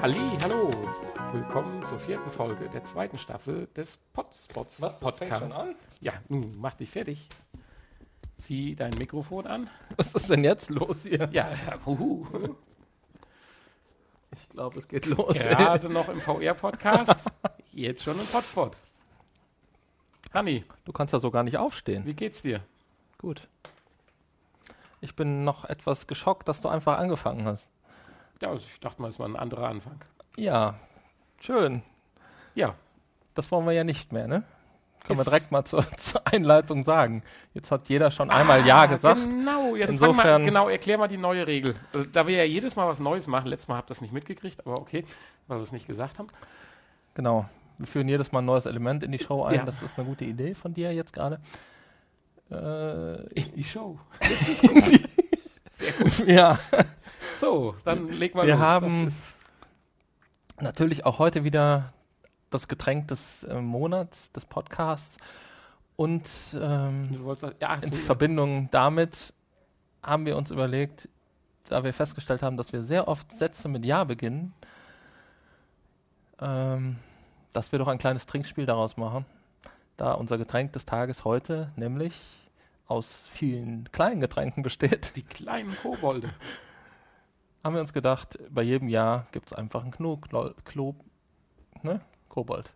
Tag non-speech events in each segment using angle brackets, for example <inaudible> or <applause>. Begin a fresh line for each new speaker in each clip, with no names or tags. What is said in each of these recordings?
Halli, hallo. Willkommen zur vierten Folge der zweiten Staffel des Podspots
Was, du fängst schon
Podcasts.
an?
Ja, nun mach dich fertig. Zieh dein Mikrofon an.
<laughs> Was ist denn jetzt los hier?
Ja, <laughs> ja, huhu.
Ich glaube, es geht los.
gerade noch im VR-Podcast, jetzt schon im Podspot. Hanni,
<laughs> Du kannst ja so gar nicht aufstehen.
wie geht's dir?
Gut. Ich bin noch etwas geschockt, dass du einfach angefangen hast.
Ja, ich dachte mal, es war ein anderer Anfang.
Ja, schön.
Ja,
Das wollen wir ja nicht mehr, ne? Können wir
Ist-
direkt mal zur, <laughs> zur Einleitung sagen. Jetzt hat jeder schon einmal Ja gesagt.
Genau, ja, dann fang mal,
Insofern-
genau, erklär mal die neue Regel. Also, Da wir ja jedes Mal was Neues machen, letztes Mal habt ihr das nicht mitgekriegt, aber okay, weil wir es nicht gesagt haben.
Genau. Wir führen jedes Mal ein neues Element in die Show ein.
Ja.
Das ist eine gute Idee von dir jetzt gerade.
<laughs>
Äh,
In die Show.
ja.
So, dann leg mal
Wir
los.
haben-
Das ist,
Natürlich auch heute wieder das Getränk des äh, Monats, des Podcasts. Und ähm,
du wolltest, ja,
in
so,
Verbindung damit haben wir uns überlegt, da wir festgestellt haben, dass wir sehr oft Sätze mit Ja beginnen, ähm, dass wir doch ein kleines Trinkspiel daraus machen. Da unser Getränk des Tages heute nämlich aus vielen kleinen Getränken besteht,
die kleinen Kobolde.
haben wir uns gedacht, bei jedem Jahr gibt es einfach einen Kno Klo, Klo ne? Kobold.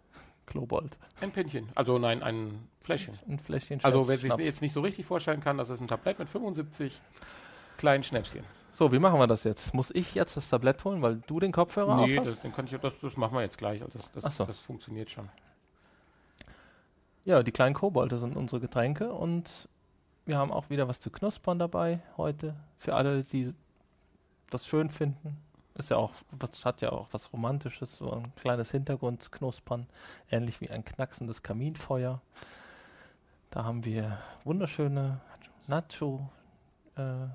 Klobold.
Ein Pinnchen. Also nein, ein Fläschchen.
Ein Fläschchen
Also wer
Schnaps.
sich jetzt nicht so richtig vorstellen kann, das ist ein Tablett mit 75 kleinen Schnäpschen.
So, wie machen wir das jetzt? Muss ich jetzt das Tablett holen, weil du den Kopfhörer
nee,
auf hast?
das, dann könnte ich, das, das machen wir jetzt gleich. Also Das,
Ach
das,
so.
das funktioniert schon.
Ja, die kleinen Kobolde sind unsere Getränke und wir haben auch wieder was zu knuspern dabei heute. Für alle, die das schön finden. Ist ja auch, was hat ja auch was Romantisches, so ein kleines Hintergrundknuspern, ähnlich wie ein knacksendes Kaminfeuer. Da haben wir wunderschöne Nacho, äh,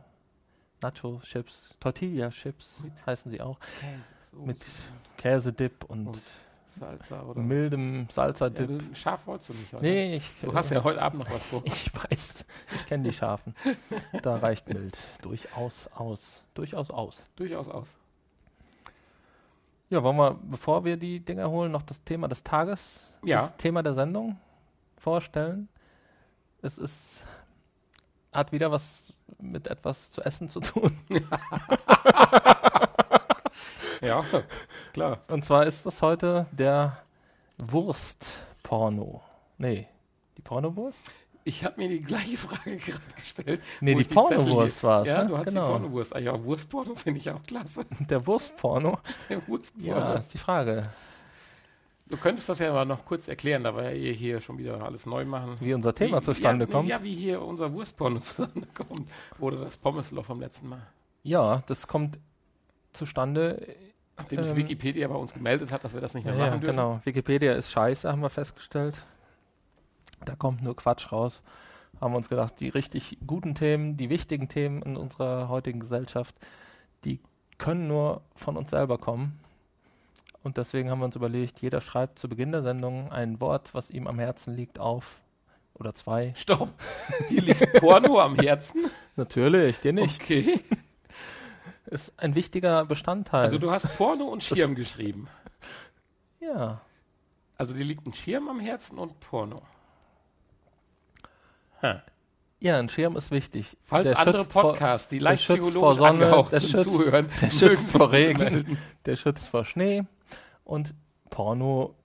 Nacho-Chips, Tortilla-Chips heißen sie auch, mit Käsedip und,
Und Salsa oder
mildem
ja,
Salsa-Dip.
du, Scharf wolltest du nicht, oder?
nee, ich
Du hast
äh,
ja heute Abend noch was
<laughs>
vor.
Ich weiß, ich kenne die Schafen. Da reicht mild. Durchaus aus. Durchaus aus.
Durchaus aus.
Ja, wollen wir, bevor wir die Dinger holen, noch das Thema des Tages,
Ja.
das Thema der Sendung vorstellen. Es ist, hat wieder was mit etwas zu essen zu tun.
Ja, <laughs> klar.
Und zwar ist das heute der Wurstporno. Nee, die Pornowurst? <laughs>
Ich habe mir die gleiche Frage <laughs> gerade gestellt.
Nee,
wo
die
ich Zettel
Pornowurst
hier-
war's,
Ja,
ne?
du hast
Genau.
die Pornowurst. Ah, ja, Wurstporno finde ich auch klasse. <laughs>
Der Wurstporno?
Wurstporno.
Ja, ist die Frage.
Du könntest das ja mal noch kurz erklären, da wir ja hier schon wieder alles neu machen.
Wie unser Thema
wie,
zustande
ja, nee,
kommt.
Ja, wie hier unser Wurstporno <laughs> zustande kommt. Oder das Pommesloch vom letzten Mal.
Ja, das kommt zustande
Nachdem sich
Ähm,
Wikipedia bei uns gemeldet hat, dass wir das nicht mehr
Ja, ja,
machen dürfen.
genau. Wikipedia ist scheiße, haben wir festgestellt. Da kommt nur Quatsch raus. Haben wir uns gedacht, die richtig guten Themen, die wichtigen Themen in unserer heutigen Gesellschaft, die können nur von uns selber kommen. Und deswegen haben wir uns überlegt, jeder schreibt zu Beginn der Sendung ein Wort, was ihm am Herzen liegt, auf. Oder zwei.
Stopp! Hier liegt Porno am
<laughs>
Herzen.
Natürlich, dir
Okay.
<laughs> Ist ein wichtiger Bestandteil.
Also du hast Porno und Schirm geschrieben.
ja.
Also dir liegt ein Schirm am Herzen und Porno. Ha.
Ja, ein Schirm ist wichtig.
Falls
Der
andere
schützt vor-
Podcasts, die leicht
schützt
psychologisch
vor Sonne,
angehaucht
der
sind,
schützt-
zuhören,
der schützt
mögen sich
vor
bitte
Regen.
melden.
der schützt vor Schnee und Porno,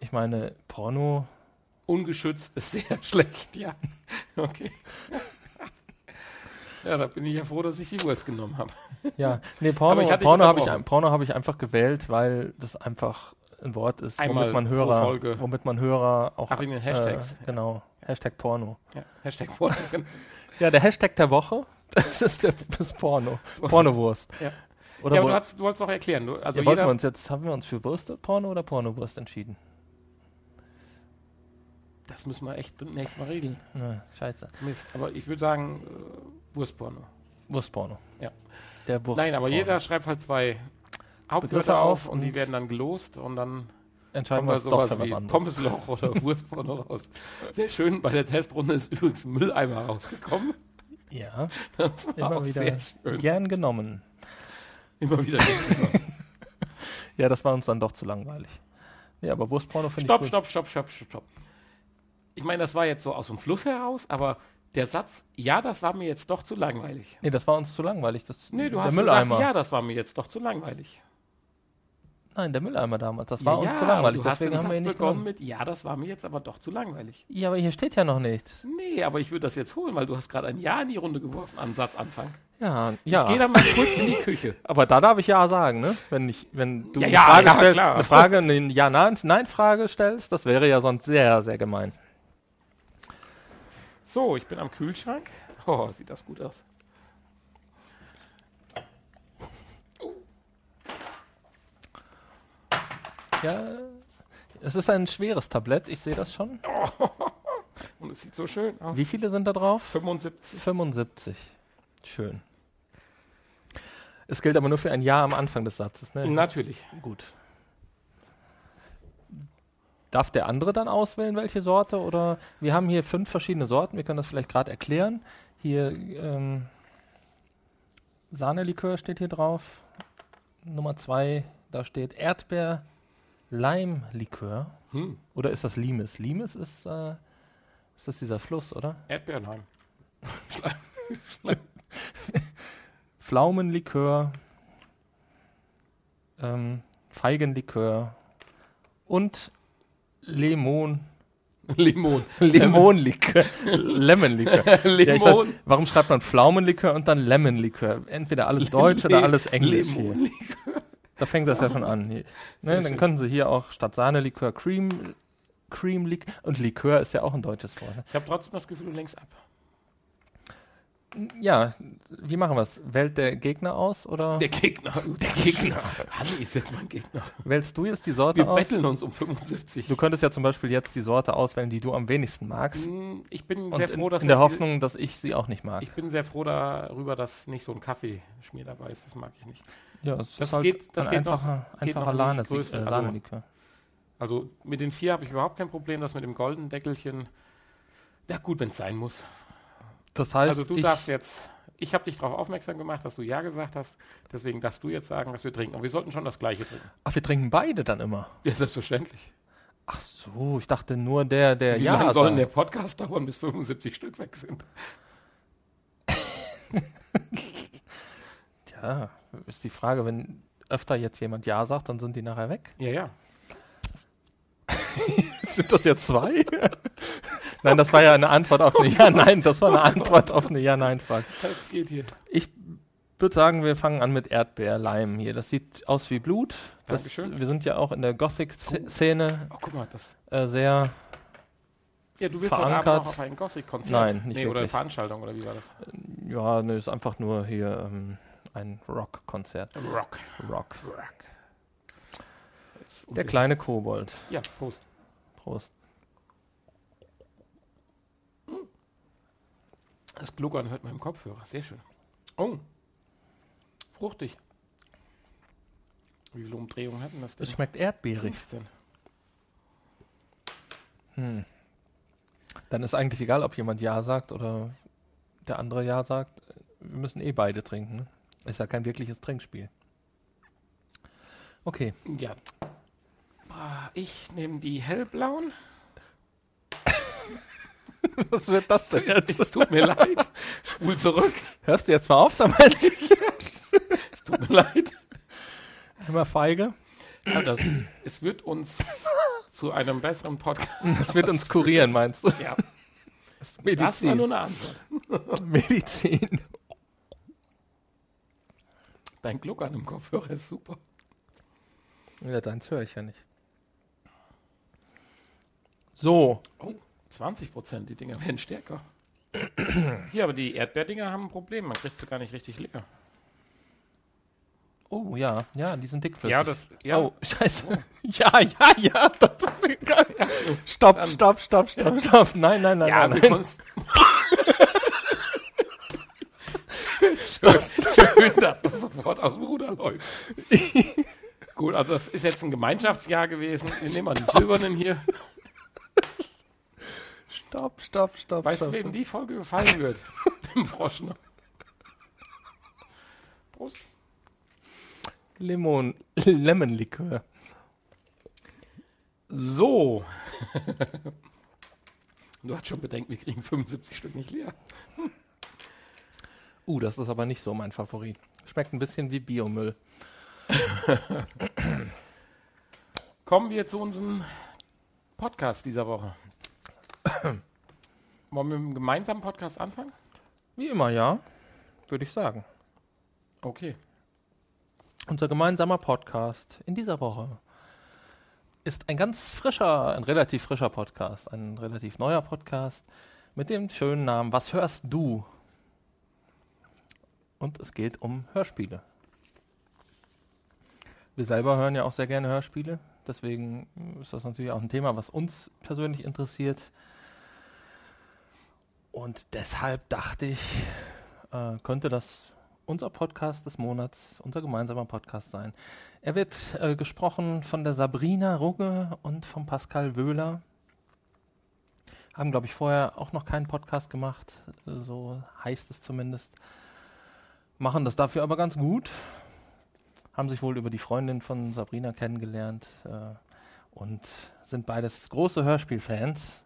ich meine, Porno,
Ungeschützt ist sehr <laughs> schlecht, ja. Okay.
<laughs>
Ja, da bin ich ja froh, dass ich die Wurst genommen habe.
ja, nee, Porno,
ich hatte dich
Porno habe ich,
unterbrochen.
Porno hab ich einfach gewählt, weil das einfach ein Wort ist,
Einmal
womit man
pro Folge.
Hörer, womit man Hörer auch,
Ach, wegen den Hashtags.
äh, genau, Hashtag Porno.
Ja, Hashtag Porno. genau.
Ja, der Hashtag der Woche, <laughs> das ist der das Porno, Pornowurst.
Ja.
Oder
Ja, aber
wo,
du, hast, du wolltest noch erklären. Du, also
ja, wollten
jeder,
wir uns jetzt, haben wir uns für Würste, Porno oder Pornowurst entschieden?
das müssen wir echt nächstes Mal regeln.
Na, scheiße.
Mist. Aber ich würde sagen, äh, Wurstporno.
Wurstporno.
Ja.
Der Wurst.
Nein, aber jeder schreibt halt zwei Hauptwörter
Begriffe
auf
auf
und die
und-
werden dann gelost und dann
entscheiden
kommen
wir
wir
uns doch
sowas
für was
wie
anderes.
Pommesloch oder
<laughs>
Wurstporno raus. Sehr schön, bei der Testrunde ist übrigens ein Mülleimer rausgekommen.
Ja,
Das war
Immer
Ah, auch
wieder.
sehr schön.
gern genommen.
Immer wieder.
Ja, das war uns dann doch zu langweilig. Nee, aber Wurstporno finde ich
Stopp,
gut.
stopp, stopp, stopp, stopp, stopp. Ich meine, das war jetzt so aus dem Fluss heraus, aber der Satz, ja, das war mir jetzt doch zu langweilig.
Nee, das war uns zu langweilig. Das,
Nee, du
der
hast
Mülleimer.
gesagt, ja, das war mir jetzt doch zu langweilig.
Nein, der Mülleimer damals. Das war
ja, ja,
uns zu
aber
langweilig.
Du hast
Deswegen
den
haben wir
Satz
ihn nicht
bekommen
genommen.
mit, ja, das war mir jetzt aber doch zu langweilig.
Ja, aber hier steht ja noch nichts.
Nee, aber ich würde das jetzt holen, weil du hast gerade ein Ja in die Runde geworfen am Satzanfang.
Ja,
Ich gehe
ja.
dann mal kurz in die Küche.
Aber da darf ich ja sagen, ne? Wenn ich, wenn du
Ja, ja,
eine Frage
ja,
stellst,
klar.
eine Frage, eine Ja-Nein-Frage stellst, das wäre ja sonst sehr, sehr gemein.
So, ich bin am Kühlschrank. Oh, sieht das gut aus.
Ja, es ist ein schweres Tablett, ich sehe das schon.
Und es sieht so schön aus.
Wie viele sind da drauf?
75.
75. Schön. Es gilt aber nur für ein Ja am Anfang des Satzes,
Äh.
ne?
Natürlich.
Gut. Darf der andere dann auswählen, welche Sorte? Oder wir haben hier fünf verschiedene Sorten, wir können das vielleicht gerade erklären. Hier ähm, Sahnelikör steht hier drauf. Nummer zwei, da steht Erdbeer-Leim-Likör.
Hm.
Oder ist das Limes? Limes ist, äh, ist das dieser Fluss, oder?
Erdbeerenheim.
Pflaumenlikör, ähm, Feigenlikör und Lemon.
<laughs> <laughs> Limon.
Limonlikör. <laughs> Lemonlikör. ja, ich weiß,
<laughs> Limon.
warum schreibt man Pflaumenlikör und dann Lemonlikör? Entweder alles Deutsch oder alles Englisch. Hier.
Limon.
Da fängt das ja schon an. Hier. Ne, dann
schön.
können Sie hier auch statt Sahnelikör Cream, Cream Und Likör ist ja auch ein deutsches Wort. ne?
Ich habe trotzdem das Gefühl, du lenkst ab.
Ja, wie machen wir es? Wählt der Gegner aus oder
Der Gegner. Der Gegner. Hanni ist jetzt mein Gegner.
wählst du jetzt die Sorte
Wir
aus?
betteln uns um 75.
Du könntest ja zum Beispiel jetzt die Sorte auswählen, die du am wenigsten magst.
Hm, Ich bin
Und
sehr froh,
in,
dass
in der
jetzt diese-
Hoffnung, dass ich sie auch nicht mag.
Ich bin sehr froh darüber, dass nicht so ein Kaffeeschmier dabei ist. Das mag ich nicht.
ja, es halt
das geht- das
ein
geht noch-
einfacher,
geht noch
einfacher
um die
Lahne, äh,
Größe, also-
Sahnelikör.
Also mit den vier habe ich überhaupt kein Problem. Das mit dem goldenen Deckelchen. Ja gut, wenn es sein muss.
Das heißt,
also du
ich,
darfst jetzt. Ich habe dich darauf aufmerksam gemacht, dass du ja gesagt hast. Deswegen darfst du jetzt sagen, was wir trinken. Aber wir sollten schon das Gleiche trinken.
ach, wir trinken beide dann immer.
Ja, selbstverständlich.
Ach so, ich dachte nur der, der
Wie
ja
lange soll denn der
sagt.
Podcast dauern, bis 75 Stück weg sind?
Tja, ist die Frage, wenn öfter jetzt jemand ja sagt, dann sind die nachher weg. <laughs>
Ja, ja.
Sind das jetzt zwei? <laughs> nein, das war ja eine Antwort auf eine ja, nein, das war eine Antwort auf eine ja, nein Frage.
Das geht hier.
Ich würde sagen, wir fangen an mit Erdbeerleim hier. Das sieht aus wie Blut. Das,
Dankeschön.
Wir sind ja auch in der Gothic-Szene
Oh, guck mal, das.
äh, sehr.
Ja, du willst heute
Verankert?
Abend noch auf ein Gothic-Konzert.
Nein, nicht
Nee, oder
wirklich.
Veranstaltung, oder wie war das?
Ja, ne, ist einfach nur hier ähm, ein Rock-Konzert.
Rock.
Rock.
Rock.
Der kleine Kobold.
Ja, Prost.
Prost.
Das Gluckern hört man im Kopfhörer. Sehr schön. Oh. Fruchtig. Wie viele Umdrehungen hatten das denn?
Es schmeckt erdbeerig.
15.
Hm. Dann ist eigentlich egal, ob jemand Ja sagt oder der andere Ja sagt. Wir müssen eh beide trinken. Ne? Ist ja kein wirkliches Trinkspiel. Okay.
Ja. Ah, Ich nehme die hellblauen.
<laughs> Was wird das denn
Es tut mir leid. Spul zurück.
Hörst du jetzt mal auf damit?
Es tut mir leid.
Immer feige.
Ja, das, es wird uns zu einem besseren Podcast.
Das wird uns kurieren, meinst du?
Ja,
Ist
das war nur eine Antwort.
Medizin.
Dein Gluckern im Kopfhörer ist super.
Ja, deins höre ich ja nicht. So.
Oh, 20 Prozent, die Dinger werden stärker. Hier, aber die Erdbeerdinger haben ein Problem. Man kriegt sie gar nicht richtig leer.
Oh ja, ja, die sind dickflüssig.
Ja, das. Ja,
Oh, scheiße. <laughs> Ja, ja, ja, das ist egal. Stopp,
Dann-
stopp, stopp, stopp, stopp. Nein, nein, nein,
ja
nein.
wir
nein.
konntest- Schön, dass das sofort aus dem Ruder läuft. Gut, also das ist jetzt ein Gemeinschaftsjahr gewesen. Wir nehmen mal die Silbernen hier.
<laughs> Stopp, stopp, stopp.
Weißt du,
stopp.
wem die Folge gefallen <laughs> wird? ne? Dem Froschner. Prost.
Lemon, Lemonlikör.
So. <laughs> du hast schon bedenkt, wir kriegen 75 Stück nicht leer.
Uh, das ist aber nicht so mein Favorit. Schmeckt ein bisschen wie Biomüll.
Kommen wir zu unserem Podcast dieser <clears throat> Woche. Wollen wir mit einem gemeinsamen Podcast anfangen?
Wie immer, ja. Würde ich sagen.
Okay.
Unser gemeinsamer Podcast in dieser Woche ist ein ganz frischer, ein relativ frischer Podcast, ein relativ neuer Podcast mit dem schönen Namen Was hörst du? Und es geht um Hörspiele. Wir selber hören ja auch sehr gerne Hörspiele, deswegen ist das natürlich auch ein Thema, was uns persönlich interessiert. Und deshalb dachte ich, äh, könnte das unser Podcast des Monats, unser gemeinsamer Podcast sein. Er wird äh, gesprochen von der Sabrina Rugge und von Pascal Wöhler. Haben, glaube ich, vorher auch noch keinen Podcast gemacht, äh, so heißt es zumindest. Machen das dafür aber ganz gut. Haben sich wohl über die Freundin von Sabrina kennengelernt äh, und sind beides große Hörspielfans.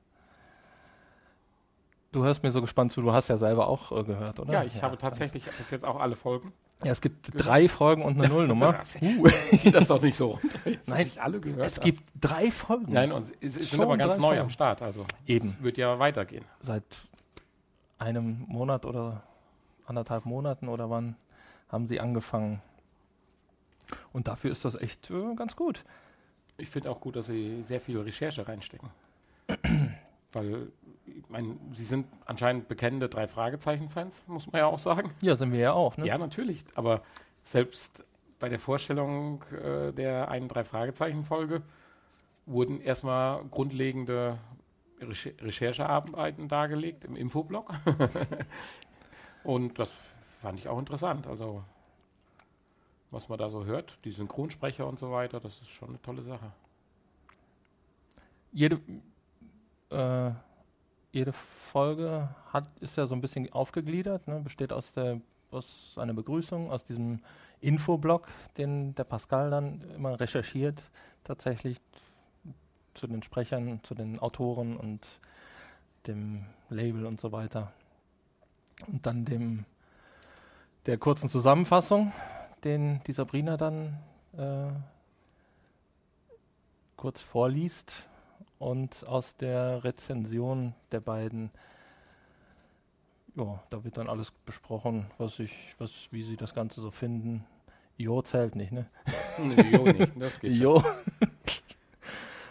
Du hörst mir so gespannt zu, du hast ja selber auch äh, gehört, oder?
Ja, ich habe
ganz-
tatsächlich bis jetzt auch alle Folgen.
ja, es gibt drei Folgen
<laughs>
und eine Nullnummer. uh,
Zieh das doch nicht so runter. Jetzt,
Nein,
dass ich alle gehört
es
habe.
gibt drei Folgen.
Nein, und es, es sind
Schon
aber ganz
drei
neu
Folgen.
am Start. Also
Eben.
es wird ja weitergehen.
Seit einem Monat oder anderthalb Monaten oder wann haben sie angefangen. Und dafür ist das echt äh, ganz gut.
Ich finde auch gut, dass sie sehr viel Recherche reinstecken. Weil, ich meine, sie sind anscheinend bekennende drei Fragezeichen-Fans, muss man ja auch sagen.
Ja, sind wir ja auch, ne?
Ja, natürlich. Aber selbst bei der Vorstellung äh, der einen drei Fragezeichen-Folge wurden erstmal grundlegende Reche Recherchearbeiten dargelegt im Infoblog. <laughs> Und das fand ich auch interessant. Also, was man da so hört, die Synchronsprecher und so weiter, das ist schon eine tolle Sache.
Jede, äh, jede Folge hat, ist ja so ein bisschen aufgegliedert, ne? besteht aus der aus einer Begrüßung, aus diesem Infoblock, den der Pascal dann immer recherchiert, tatsächlich zu den Sprechern, zu den Autoren und dem Label und so weiter. Und dann dem der kurzen Zusammenfassung, den die Sabrina dann äh, kurz vorliest und aus der Rezension der beiden. Ja, da wird dann alles besprochen, was ich, was, wie sie das Ganze so finden. Jo zählt nicht, ne?
Nee, jo nicht.
<laughs>
Das geht schon.
Jo.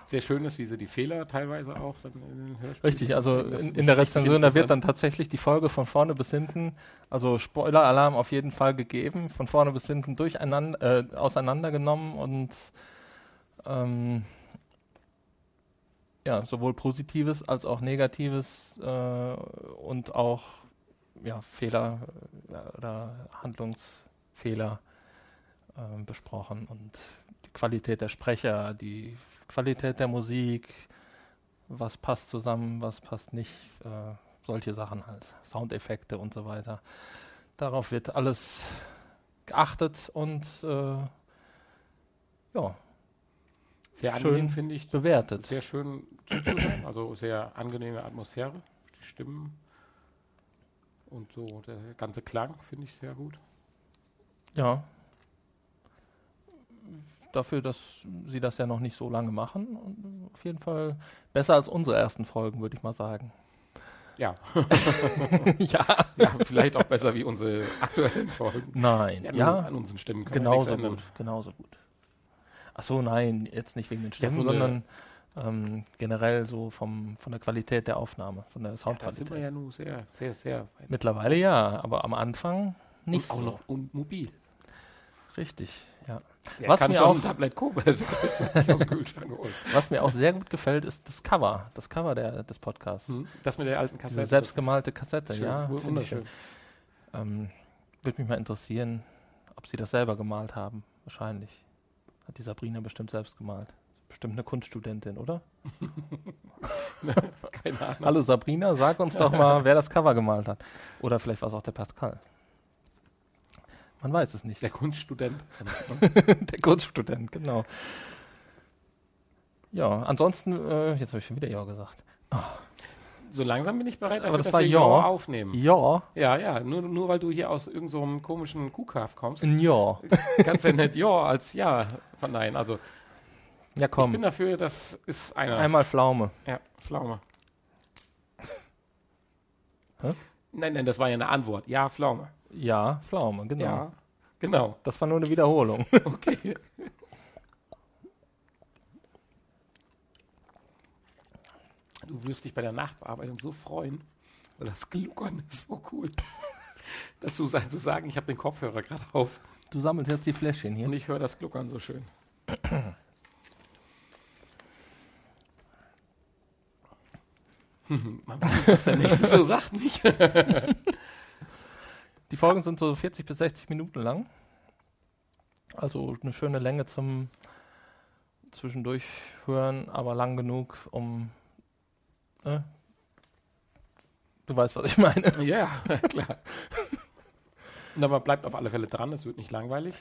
Sehr schön ist, wie sie die Fehler teilweise auch dann in den Hörspielen
Richtig, also
bringen. Das
in,
finde
in
ich
der
richtig
Rezension, da wird
interessant.
dann tatsächlich die Folge von vorne bis hinten, also Spoiler-Alarm auf jeden Fall gegeben, von vorne bis hinten durcheinander, äh, auseinandergenommen und ähm, ja, sowohl Positives als auch Negatives äh, und auch ja, Fehler äh, oder Handlungsfehler äh, besprochen und die Qualität der Sprecher, die Qualität der Musik, was passt zusammen, was passt nicht, äh, solche Sachen halt, Soundeffekte und so weiter. Darauf wird alles geachtet und äh, ja,
sehr
schön
angenehm, finde ich,
bewertet.
sehr schön zuzuhören, also sehr angenehme Atmosphäre, die Stimmen und so der ganze Klang finde ich sehr gut.
Ja. Dafür, dass sie das ja noch nicht so lange machen. Und auf jeden Fall besser als unsere ersten Folgen, würde ich mal sagen. <laughs>
Ja, <laughs>
ja.
ja vielleicht auch besser wie unsere aktuellen Folgen.
Nein.
An-
Ja, genau
an unseren Stimmen können wir nichts
genauso
ändern.
gut. Genauso gut. Ach so, nein, jetzt nicht wegen den Stimmen,
so eine-
sondern ähm, generell so vom, von der Qualität der Aufnahme, von der
Da sind
Soundqualität.
wir ja nun sehr, sehr, sehr weit.
Mittlerweile ja, aber am Anfang nicht
und auch
so.
noch und mobil.
Richtig, ja.
Der
Was
kann
mir
schon
auch-
ein Tablett Kobalt <laughs> aus dem Kühlschrank holen.
Was mir auch sehr gut gefällt, ist das Cover, das Cover der, des Podcasts.
Hm? Das mit der alten Kassette.
Diese
das
selbstgemalte Kassette,
ist schön,
ja.
wu-
find ich
wunderschön.
schön. Ähm, Würde mich mal interessieren, ob sie das selber gemalt haben. Wahrscheinlich. Hat die Sabrina bestimmt selbst gemalt. Bestimmt eine Kunststudentin, oder?
Keine Ahnung.
Hallo
<laughs>
Sabrina, sag uns doch mal, wer das Cover gemalt hat. Oder vielleicht war es auch der Pascal. Man weiß es nicht.
Der Kunststudent.
<laughs> Der Kunststudent, genau. Ja, ansonsten, äh, jetzt habe ich schon wieder Ja gesagt.
so langsam bin ich bereit,
Aber das war Jahr.
aufnehmen.
Ja,
Ja, ja, nur, nur weil du hier aus irgendeinem so einem komischen Kuhkaf
<laughs>
kommst,
ein Ja.
kannst du ja nicht Ja als Ja verneinen. Also
Ja,
ich bin
komm.
dafür, das ist einer.
Einmal Pflaume.
Ja, Pflaume.
Hä?
Nein, nein, das war ja eine Antwort. Ja, Pflaume.
Ja, Pflaume, genau.
Ja, genau.
Das war nur eine
<laughs>
Wiederholung.
Okay. Du wirst dich bei der Nachbearbeitung so freuen, weil das Gluckern ist so cool. <laughs> Dazu sa- zu sagen, ich habe den Kopfhörer gerade auf
Du sammelst jetzt die Fläschchen
und
hier.
ich höre das Gluckern so schön. Hm, Man weiß, was der Nächste so sagt nicht.
Die Folgen sind so 40 bis 60 Minuten lang. Also eine schöne Länge zum zwischendurch hören, aber lang genug, um. Ne? Du weißt, was ich meine.
<laughs> Ja, klar. Na, man bleibt auf alle Fälle dran, es wird nicht langweilig.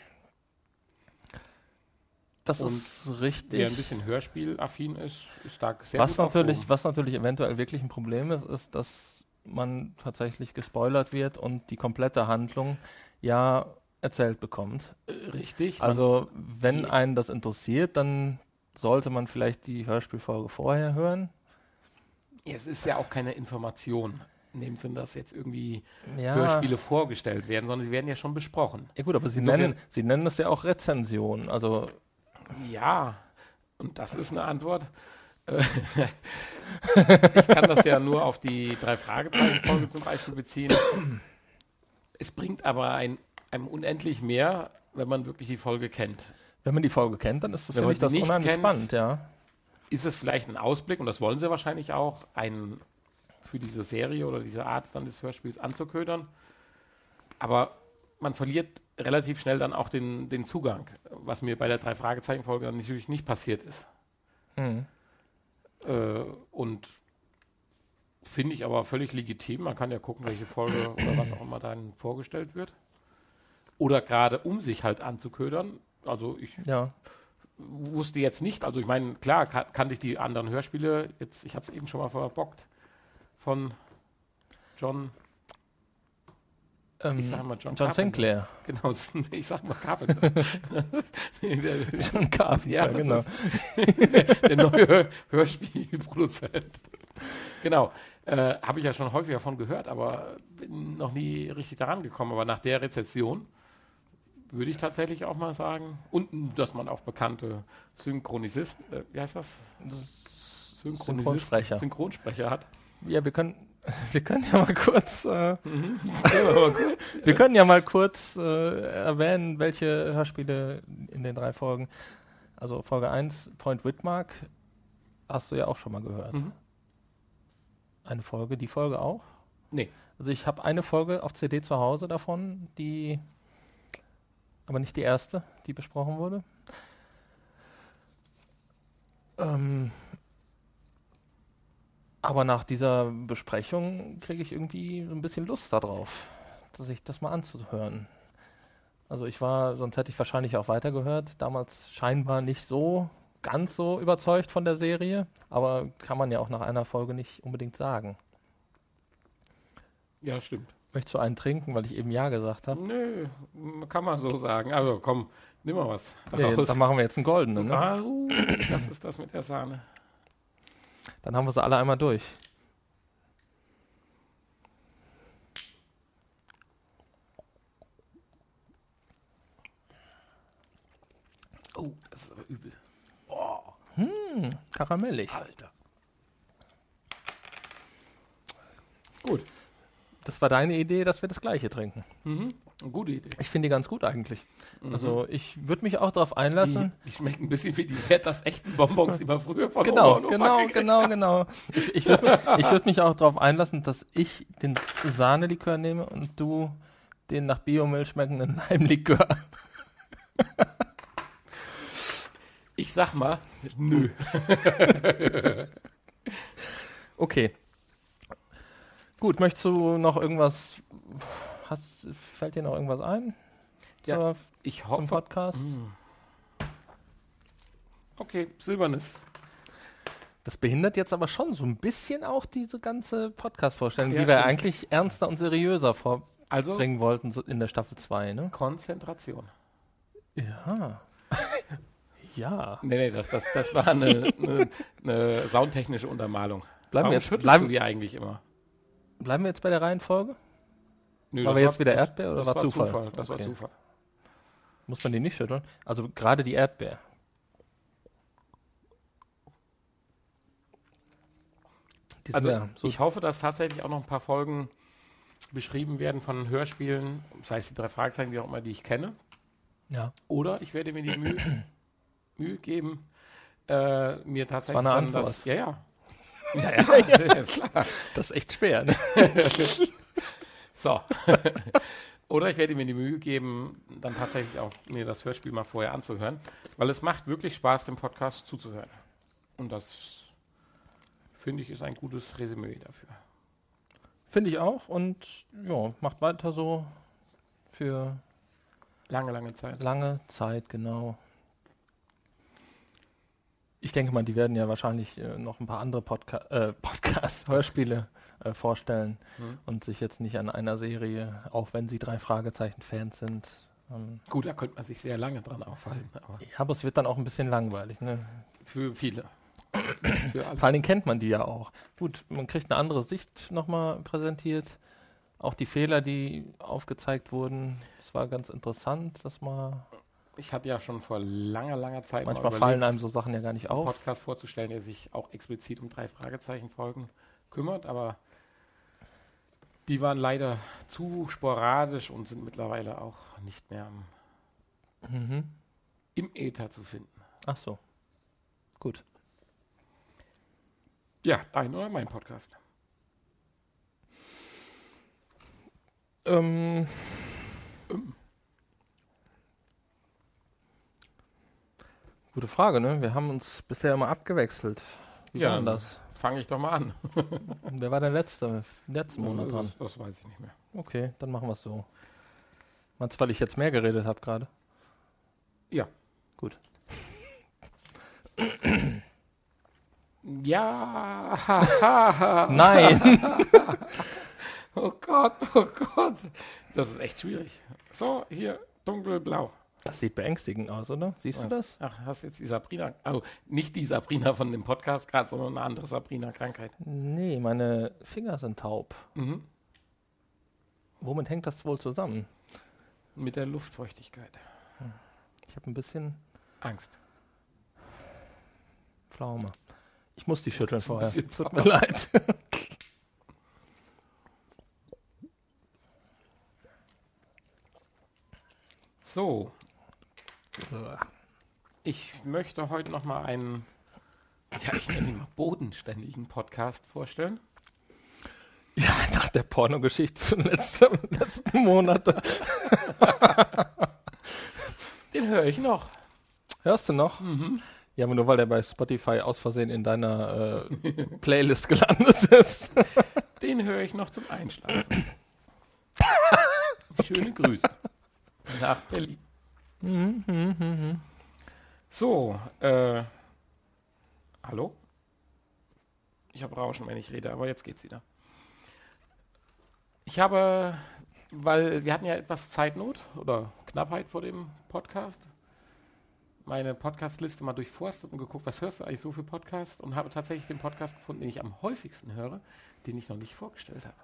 Das
Und
ist richtig.
Wer Um ein bisschen hörspielaffin ist, ist da sehr
was
gut
natürlich,
aufgehoben.
was natürlich eventuell wirklich ein Problem ist, ist, dass man tatsächlich gespoilert wird und die komplette Handlung ja erzählt bekommt.
Äh, richtig.
Also wenn
Hier-
einen das interessiert, dann sollte man vielleicht die Hörspielfolge vorher hören.
man, es ist ja auch keine Information in dem Sinn, dass jetzt irgendwie
Ja,
Hörspiele vorgestellt werden, sondern sie werden ja schon besprochen.
ja gut, aber sie
Insofern-
nennen, sie nennen es ja auch Rezension. Also
Ja, und das ist eine Antwort. Äh, <laughs> ich kann das ja nur auf die drei Fragezeichen-Folge zum Beispiel beziehen. Es bringt aber ein, einem unendlich mehr, wenn man wirklich die Folge kennt.
wenn man die Folge kennt, dann ist das,
Wenn
finde
man
ich
sie
das
nicht
unheimlich
kennt-
spannend, ja.
ist es vielleicht ein Ausblick, und das wollen sie wahrscheinlich auch, einen für diese Serie oder diese Art dann des Hörspiels anzuködern. Aber man verliert relativ schnell dann auch den, den Zugang, was mir bei der Drei-Fragezeichen-Folge dann natürlich nicht passiert ist.
Hm.
Äh, und finde ich aber völlig legitim. Man kann ja gucken, welche Folge oder was auch immer dann vorgestellt wird. Oder gerade um sich halt anzuködern. Also ich
Ja.
wusste jetzt nicht, also ich meine, klar ka kannte ich die anderen Hörspiele, jetzt, ich habe es eben schon mal verbockt, von John,
Ähm,
ich sag mal John,
John
Carpenter.
Sinclair. <laughs>
Genau, <laughs> ich sag mal Carpenter. <laughs> Nee, der,
John Carpenter,
ja, das
genau.
ist der neue Hör- Hörspielproduzent. Genau, äh, habe ich ja schon häufiger von gehört, aber bin noch nie richtig daran gekommen. Aber nach der Rezession würde ich tatsächlich auch mal sagen, und dass man auch bekannte Synchronisisten, äh, wie heißt das?
Synchronsprecher.
Synchronsprecher hat.
Ja, wir können, <laughs> wir können ja mal kurz, äh,
Mhm. Aber gut.
<laughs> wir können ja mal kurz äh, erwähnen, welche Hörspiele in den drei Folgen. Also Folge 1, Point Whitmark, hast du ja auch schon mal gehört.
Mhm.
Eine Folge, die Folge auch?
Nee.
Also ich habe eine Folge auf CD zu Hause davon, die aber nicht die erste, die besprochen wurde. Ähm, aber nach dieser Besprechung kriege ich irgendwie so ein bisschen Lust darauf, sich das mal anzuhören. Also ich war, sonst hätte ich wahrscheinlich auch weitergehört, damals scheinbar nicht so ganz so überzeugt von der Serie, aber kann man ja auch nach einer Folge nicht unbedingt sagen.
Ja, stimmt.
Möchtest du einen trinken, weil ich eben Ja gesagt habe?
Nö, m- kann man so sagen. Also komm, nimm mal was.
Nee,
daraus.
dann machen wir jetzt einen goldenen. Ne?
Ah, uh, das ist das mit der Sahne.
Dann haben wir sie alle einmal durch.
Oh, das ist aber übel.
Karamellig.
Alter. Gut.
Das war deine Idee, dass wir das gleiche trinken.
Mhm. Eine Gute Idee.
Ich finde die ganz gut eigentlich.
Mhm.
Also ich würde mich auch darauf
die,
einlassen.
die schmecken ein bisschen wie die das echten Bonbons, die man früher von Oma
Genau,
und Opa
genau,
gekriegt
genau, genau. Ich, ich würde ich würd mich auch darauf einlassen, dass ich den Sahnelikör nehme und du den nach Biomilch schmeckenden <laughs> Leimlikör.
hat.
genau.
Ich sag mal, nö.
Okay. Gut, möchtest du noch irgendwas? Hast, fällt dir noch irgendwas ein?
Ja, Mhm.
zur,
Ich
zum
hoffe.
Podcast.
Okay, silbernes.
Das behindert jetzt aber schon so ein bisschen auch diese ganze Podcast-Vorstellung,
Ja,
die wir
stimmt.
eigentlich ernster und seriöser vorbringen
Also
wollten so in der Staffel 2, ne?
Konzentration.
Ja. <laughs> ja.
Nee, nee, das, das, das war eine, eine, eine soundtechnische Untermalung.
Bleiben
Warum
wir, jetzt,
schüttelst du
bleiben,
die eigentlich immer?
bleiben wir jetzt bei der Reihenfolge?
Nö,
War
das
wir jetzt wieder
das-
Erdbeer oder
das
war Zufall?
Das
Okay.
war Zufall.
Muss man die nicht schütteln? Also gerade die Erdbeer. Die sind
Also
ja so
ich hoffe, dass tatsächlich auch noch ein paar Folgen beschrieben werden von Hörspielen, sei es die drei Fragezeichen, wie auch immer, die ich kenne.
Ja.
Oder ich werde mir die
<clears throat>
Mühe, Mühe geben, äh, mir tatsächlich
eine
dann
Antwort.
das. Ja,
<laughs>
ja. Ja, ja, <laughs> ist klar.
Das ist echt schwer. Ne?
So. <laughs> Oder ich werde mir die Mühe geben, dann tatsächlich auch mir das Hörspiel mal vorher anzuhören, weil es macht wirklich Spaß, dem Podcast zuzuhören. Und das finde ich ist ein gutes Resümee dafür.
Finde ich auch und ja, macht weiter so für
Lange, lange Zeit.
lange Zeit, genau. Ich denke mal, die werden ja wahrscheinlich äh, noch ein paar andere Podca äh, <laughs> Podcasts, Hörspiele äh, vorstellen
Mhm.
und sich jetzt nicht an einer Serie, auch wenn sie drei Fragezeichen-Fans sind. Ähm,
Gut, da könnte man sich sehr lange dran aufhalten, aber
ja, aber es wird dann auch ein bisschen langweilig. Ne?
für
<clears throat>
viele. für alle.
Vor allen Dingen kennt man die ja auch. Gut, man kriegt eine andere Sicht nochmal präsentiert. Auch die Fehler, die aufgezeigt wurden. Es war ganz interessant, dass man
Ich hatte ja schon vor langer, langer Zeit
manchmal
mal
fallen
überlegt,
einem so Sachen ja gar nicht
einen
auf.
Podcast vorzustellen, der sich auch explizit um drei Fragezeichenfolgen kümmert, aber die waren leider zu sporadisch und sind mittlerweile auch nicht mehr am
Mhm.
im Äther zu finden.
Ach so. Gut.
Ja, dein oder mein Podcast.
Ähm. Gute Frage, ne? Wir haben uns bisher immer abgewechselt. Wie
Ja,
war denn das?
Fange ich doch mal an.
Wer war der letzte, letzten Monat dran?
das, das weiß ich nicht mehr.
Okay, dann machen wir es so. Meinst du, weil ich jetzt mehr geredet habe gerade?
Ja.
Gut.
Ja.
<laughs> Nein!
Oh Gott, oh Gott. Das ist echt schwierig. So, hier, dunkelblau.
Das sieht beängstigend aus, oder? Siehst
Oh.
du das?
Ach, hast jetzt die Sabrina. Oh, nicht die Sabrina von dem Podcast gerade, sondern eine andere Sabrina-Krankheit.
Nee, meine Finger sind taub.
Mhm.
Womit hängt das wohl zusammen?
Mit der Luftfeuchtigkeit.
Ich habe ein bisschen
Angst.
Pflaume. Ich muss die schütteln
ist ein
vorher.
bisschen
Tut mir leid.
So, Ich möchte heute noch mal einen, ja, ich nenne ihn mal bodenständigen Podcast vorstellen.
ja, nach der Pornogeschichte von letzter, letzten Monate.
Den höre ich noch. Mhm.
Hörst du noch? Ja, aber nur weil der bei Spotify aus Versehen in deiner äh, Playlist gelandet ist.
Den höre ich noch zum
<laughs>
Einschlafen. Schöne Grüße nach Berlin. So, äh, hallo? Ich habe Rauschen, wenn ich rede, aber jetzt geht's wieder. Ich habe, weil wir hatten ja etwas Zeitnot oder Knappheit vor dem Podcast, meine Podcast-Liste mal durchforstet und geguckt, was hörst du eigentlich so für Podcasts und habe tatsächlich den Podcast gefunden, den ich am häufigsten höre, den ich noch nicht vorgestellt habe.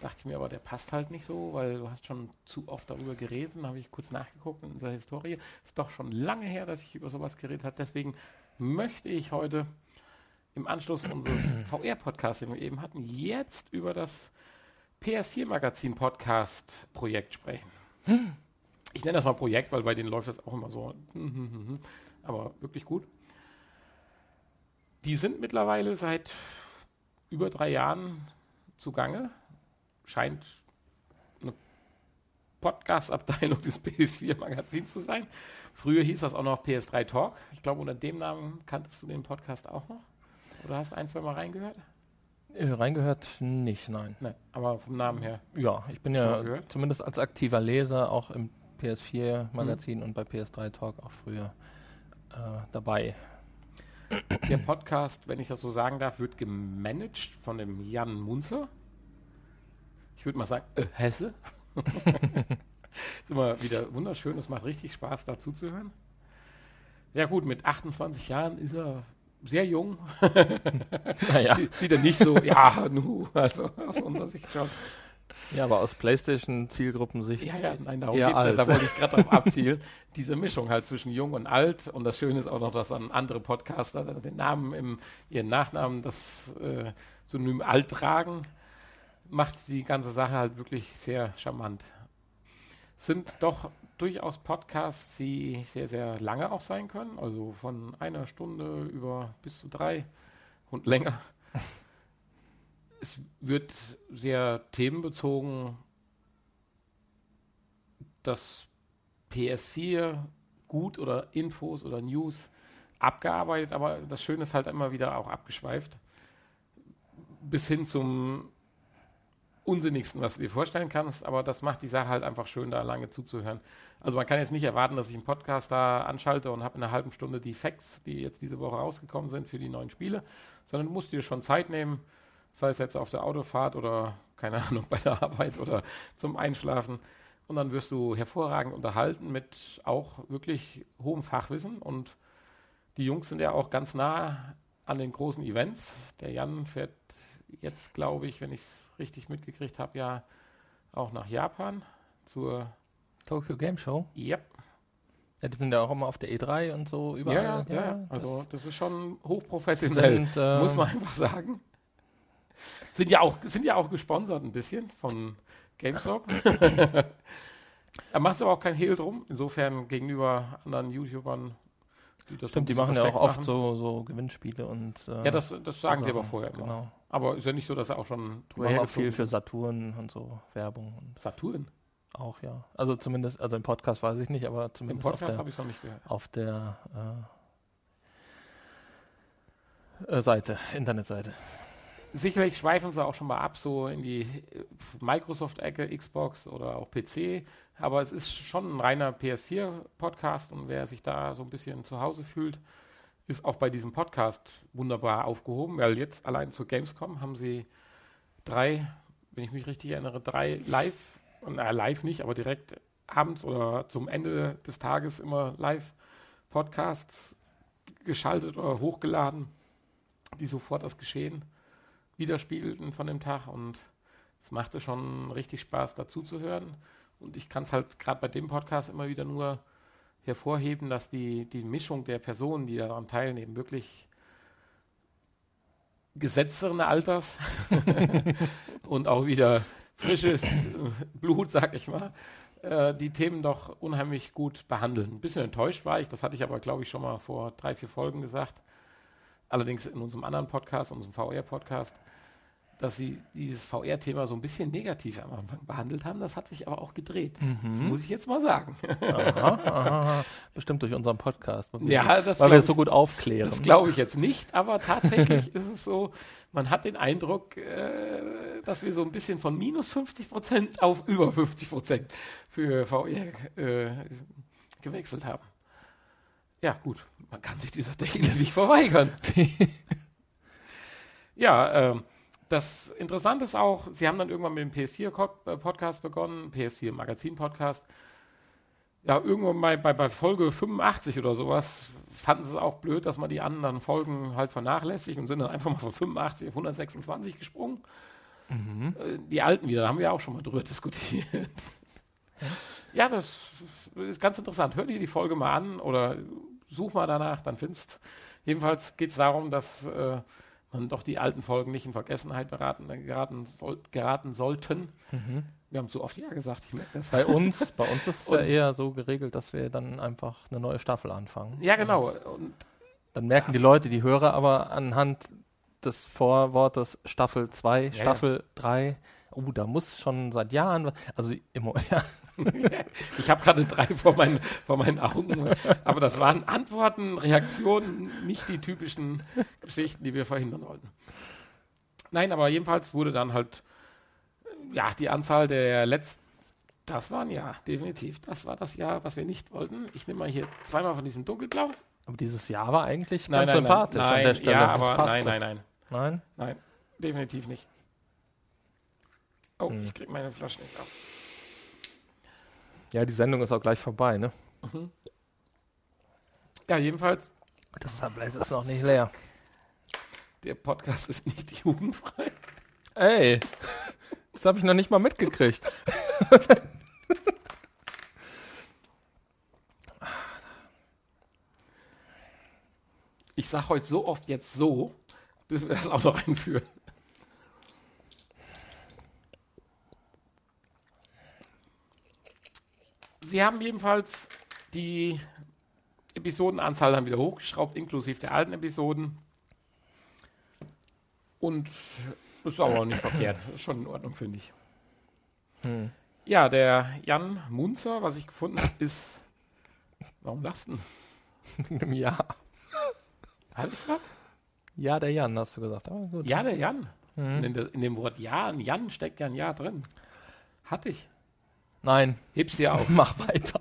Dachte ich mir aber, der passt halt nicht so, weil du hast schon zu oft darüber geredet. Dann habe ich kurz nachgeguckt in unserer Historie. Ist doch schon lange her, dass ich über sowas geredet habe. Deswegen möchte ich heute im Anschluss unseres VR-Podcasts, den wir eben hatten, jetzt über das PS4-Magazin-Podcast-Projekt sprechen. Ich nenne das mal Projekt, weil bei denen läuft das auch immer so. <laughs> Aber wirklich gut. Die sind mittlerweile seit über drei Jahren zugange. Scheint eine Podcast-Abteilung des PS4-Magazins zu sein. Früher hieß das auch noch PS3 Talk. Ich glaube, unter dem Namen kanntest du den Podcast auch noch. Oder hast ein, zwei Mal reingehört?
Äh, Reingehört nicht, nein.
Nein, aber vom Namen her.
Ja, ich bin
Schon mal
ja
gehört?
zumindest als aktiver Leser auch im PS4 Magazin
Mhm.
und bei PS3 Talk auch früher äh,
<laughs>
dabei.
Der Podcast, wenn ich das so sagen darf, wird gemanagt von dem Jan Munze. Ich würde mal sagen, äh, Hesse. <laughs> ist immer wieder wunderschön, es macht richtig Spaß, dazu zu hören. Ja gut, mit 28 Jahren ist er sehr jung.
Naja.
Sie- Sieht er nicht so, ja, nu, also aus unserer Sicht schon.
<laughs> Ja, aber aus PlayStation-Zielgruppensicht.
Ja, ja, nein, darum
Eher
geht's nicht. Da
alt.
wollte ich gerade drauf abzielen. <laughs> Diese Mischung halt zwischen jung und alt. Und das Schöne ist auch noch, dass dann andere Podcaster dann den Namen im, ihren Nachnamen, das äh, Synonym alt tragen, macht die ganze Sache halt wirklich sehr charmant. Sind doch durchaus Podcasts, die sehr, sehr lange auch sein können. Also von einer Stunde über bis zu drei und
<laughs>
länger. Es wird sehr themenbezogen das PS4 gut oder Infos oder News abgearbeitet, aber das Schöne ist halt immer wieder auch abgeschweift. Bis hin zum Unsinnigsten, was du dir vorstellen kannst, aber das macht die Sache halt einfach schön, da lange zuzuhören. Also man kann jetzt nicht erwarten, dass ich einen Podcast da anschalte und habe in einer halben Stunde die Facts, die jetzt diese Woche rausgekommen sind für die neuen Spiele, sondern du musst dir schon Zeit nehmen, sei es jetzt auf der Autofahrt oder keine Ahnung, bei der Arbeit oder zum Einschlafen. Und dann wirst du hervorragend unterhalten mit auch wirklich hohem Fachwissen. Und die Jungs sind ja auch ganz nah an den großen Events. Der Jan fährt jetzt, glaube ich, wenn ich es richtig mitgekriegt habe, ja auch nach Japan zur. E
Tokyo Game Show.
Yep.
Ja, die sind ja auch immer auf der E3 und so
Ja,
überall.
ja, ja, ja.
das
Also, das ist schon <laughs>
sind,
hochprofessionell,
ähm,
muss man halt einfach sagen. Sind ja, auch, sind ja auch gesponsert ein bisschen von
<laughs>
GameStop. er macht es aber auch kein Hehl drum. Insofern gegenüber anderen YouTubern, die das so ein
Stimmt, die
bisschen
machen ja auch
versteckt
oft
machen.
so, so Gewinnspiele und. äh,
Ja, das, das
so
sagen sie aber
Sachen.
vorher. immer.
Genau.
Aber ist ja nicht so, dass er auch schon
Die machen auch viel
hergezogen
für
ist.
Saturn und so Werbung und
Saturn.
auch, ja. Also zumindest, also im Podcast weiß ich nicht, aber
Im
zumindest auf
Podcast
der,
habe ich es noch nicht gehört.
auf der äh, äh, Seite, Internetseite.
sicherlich schweifen sie auch schon mal ab, so in die äh, Microsoft-Ecke, Xbox oder auch PC. Aber es ist schon ein reiner PS4-Podcast und wer sich da so ein bisschen zu Hause fühlt, ist auch bei diesem Podcast wunderbar aufgehoben, weil jetzt allein zur Gamescom haben sie drei, wenn ich mich richtig erinnere, drei live, na, live nicht, aber direkt abends oder zum Ende des Tages immer live Podcasts geschaltet oder hochgeladen, die sofort das Geschehen widerspiegelten von dem Tag und es machte schon richtig Spaß, dazu zu hören. Und ich kann es halt gerade bei dem Podcast immer wieder nur hervorheben, dass die, die Mischung der Personen, die daran teilnehmen, wirklich gesetzteren Alters <laughs> und auch wieder frisches äh, Blut, sag ich mal, äh, die Themen doch unheimlich gut behandeln. Ein bisschen enttäuscht war ich, das hatte ich aber, glaube ich, schon mal vor drei, vier Folgen gesagt. Allerdings in unserem anderen Podcast, unserem VR-Podcast, dass sie dieses VR-Thema so ein bisschen negativ am Anfang behandelt haben. Das hat sich aber auch gedreht. Das muss ich jetzt mal sagen.
Aha, aha. Bestimmt durch unseren Podcast. Weil wir,
Ja, das
weil wir
glaub
es so gut aufklären.
Das glaube ich jetzt nicht, aber tatsächlich ist es so, man hat den Eindruck, äh, dass wir so ein bisschen von minus 50 Prozent auf über 50 Prozent für VR äh, gewechselt haben. Ja, gut, man kann sich dieser Technik nicht verweigern. ja, ähm, das Interessante ist auch, sie haben dann irgendwann mit dem PS4-Podcast äh, begonnen, PS4-Magazin-Podcast. Ja, irgendwann bei, bei, bei Folge 85 oder sowas fanden sie es auch blöd, dass man die anderen Folgen halt vernachlässigt und sind dann einfach mal von 85 auf 126 gesprungen. Äh, Die alten wieder, da haben wir ja auch schon mal drüber <laughs> diskutiert. ja, das ist ganz interessant. Hör dir die Folge mal an oder such mal danach, dann findest Jedenfalls geht es darum, dass äh, man doch die alten Folgen nicht in Vergessenheit beraten, äh, geraten, soll, geraten sollten.
Mhm.
Wir haben zu oft Ja gesagt, ich merke das. halt.
Bei uns, bei uns ist es
Und-
ja eher so geregelt, dass wir dann einfach eine neue Staffel anfangen.
Ja, genau. Und
Dann merken
Das-
die Leute, die Hörer, aber anhand des Vorwortes Staffel 2,
ja.
Staffel 3, oh, da muss schon seit Jahren, was- also immer, <laughs> ja,
<laughs> Ich habe gerade drei vor meinen, vor meinen Augen. Aber das waren Antworten, Reaktionen, nicht die typischen Geschichten, die wir verhindern wollten. Nein, aber jedenfalls wurde dann halt ja, die Anzahl der letzten Das war ein Jahr, definitiv. Das war das Jahr, was wir nicht wollten. Ich nehme mal hier zweimal von diesem dunkelblau.
Aber dieses Jahr war eigentlich
Nein,
ganz
nein, nein,
sympathisch an der
nein,
Stelle.
ja,
Das
aber nein,
passte.
nein, nein,
Nein?
nein, definitiv nicht. Oh,
Hm.
ich krieg meine Flasche nicht auf.
Ja, die Sendung ist auch gleich vorbei, ne?
Ja, jedenfalls,
Deshalb bleibt das noch nicht leer.
der Podcast <laughs> ist nicht jugendfrei.
Ey, <laughs> das habe ich noch nicht mal mitgekriegt. <laughs>
Ich sag heute so oft jetzt so, bis wir das auch noch einführen. Sie haben jedenfalls die Episodenanzahl dann wieder hochgeschraubt, inklusive der alten Episoden. Und das ist aber auch nicht verkehrt. Das Ist schon in Ordnung, finde ich.
Hm.
Ja, der Jan Munzer, was ich gefunden habe, ist. Warum lachst du denn?
Im Jahr.
Halt dich grad?
Ja, der Jan, hast du gesagt. Aber gut.
Ja, der Jan.
Hm.
In, der, in dem Wort Ja, ein Jan steckt ja ein Ja drin. Hatte ich.
Nein, <laughs>
Heb's ja auf.
mach weiter.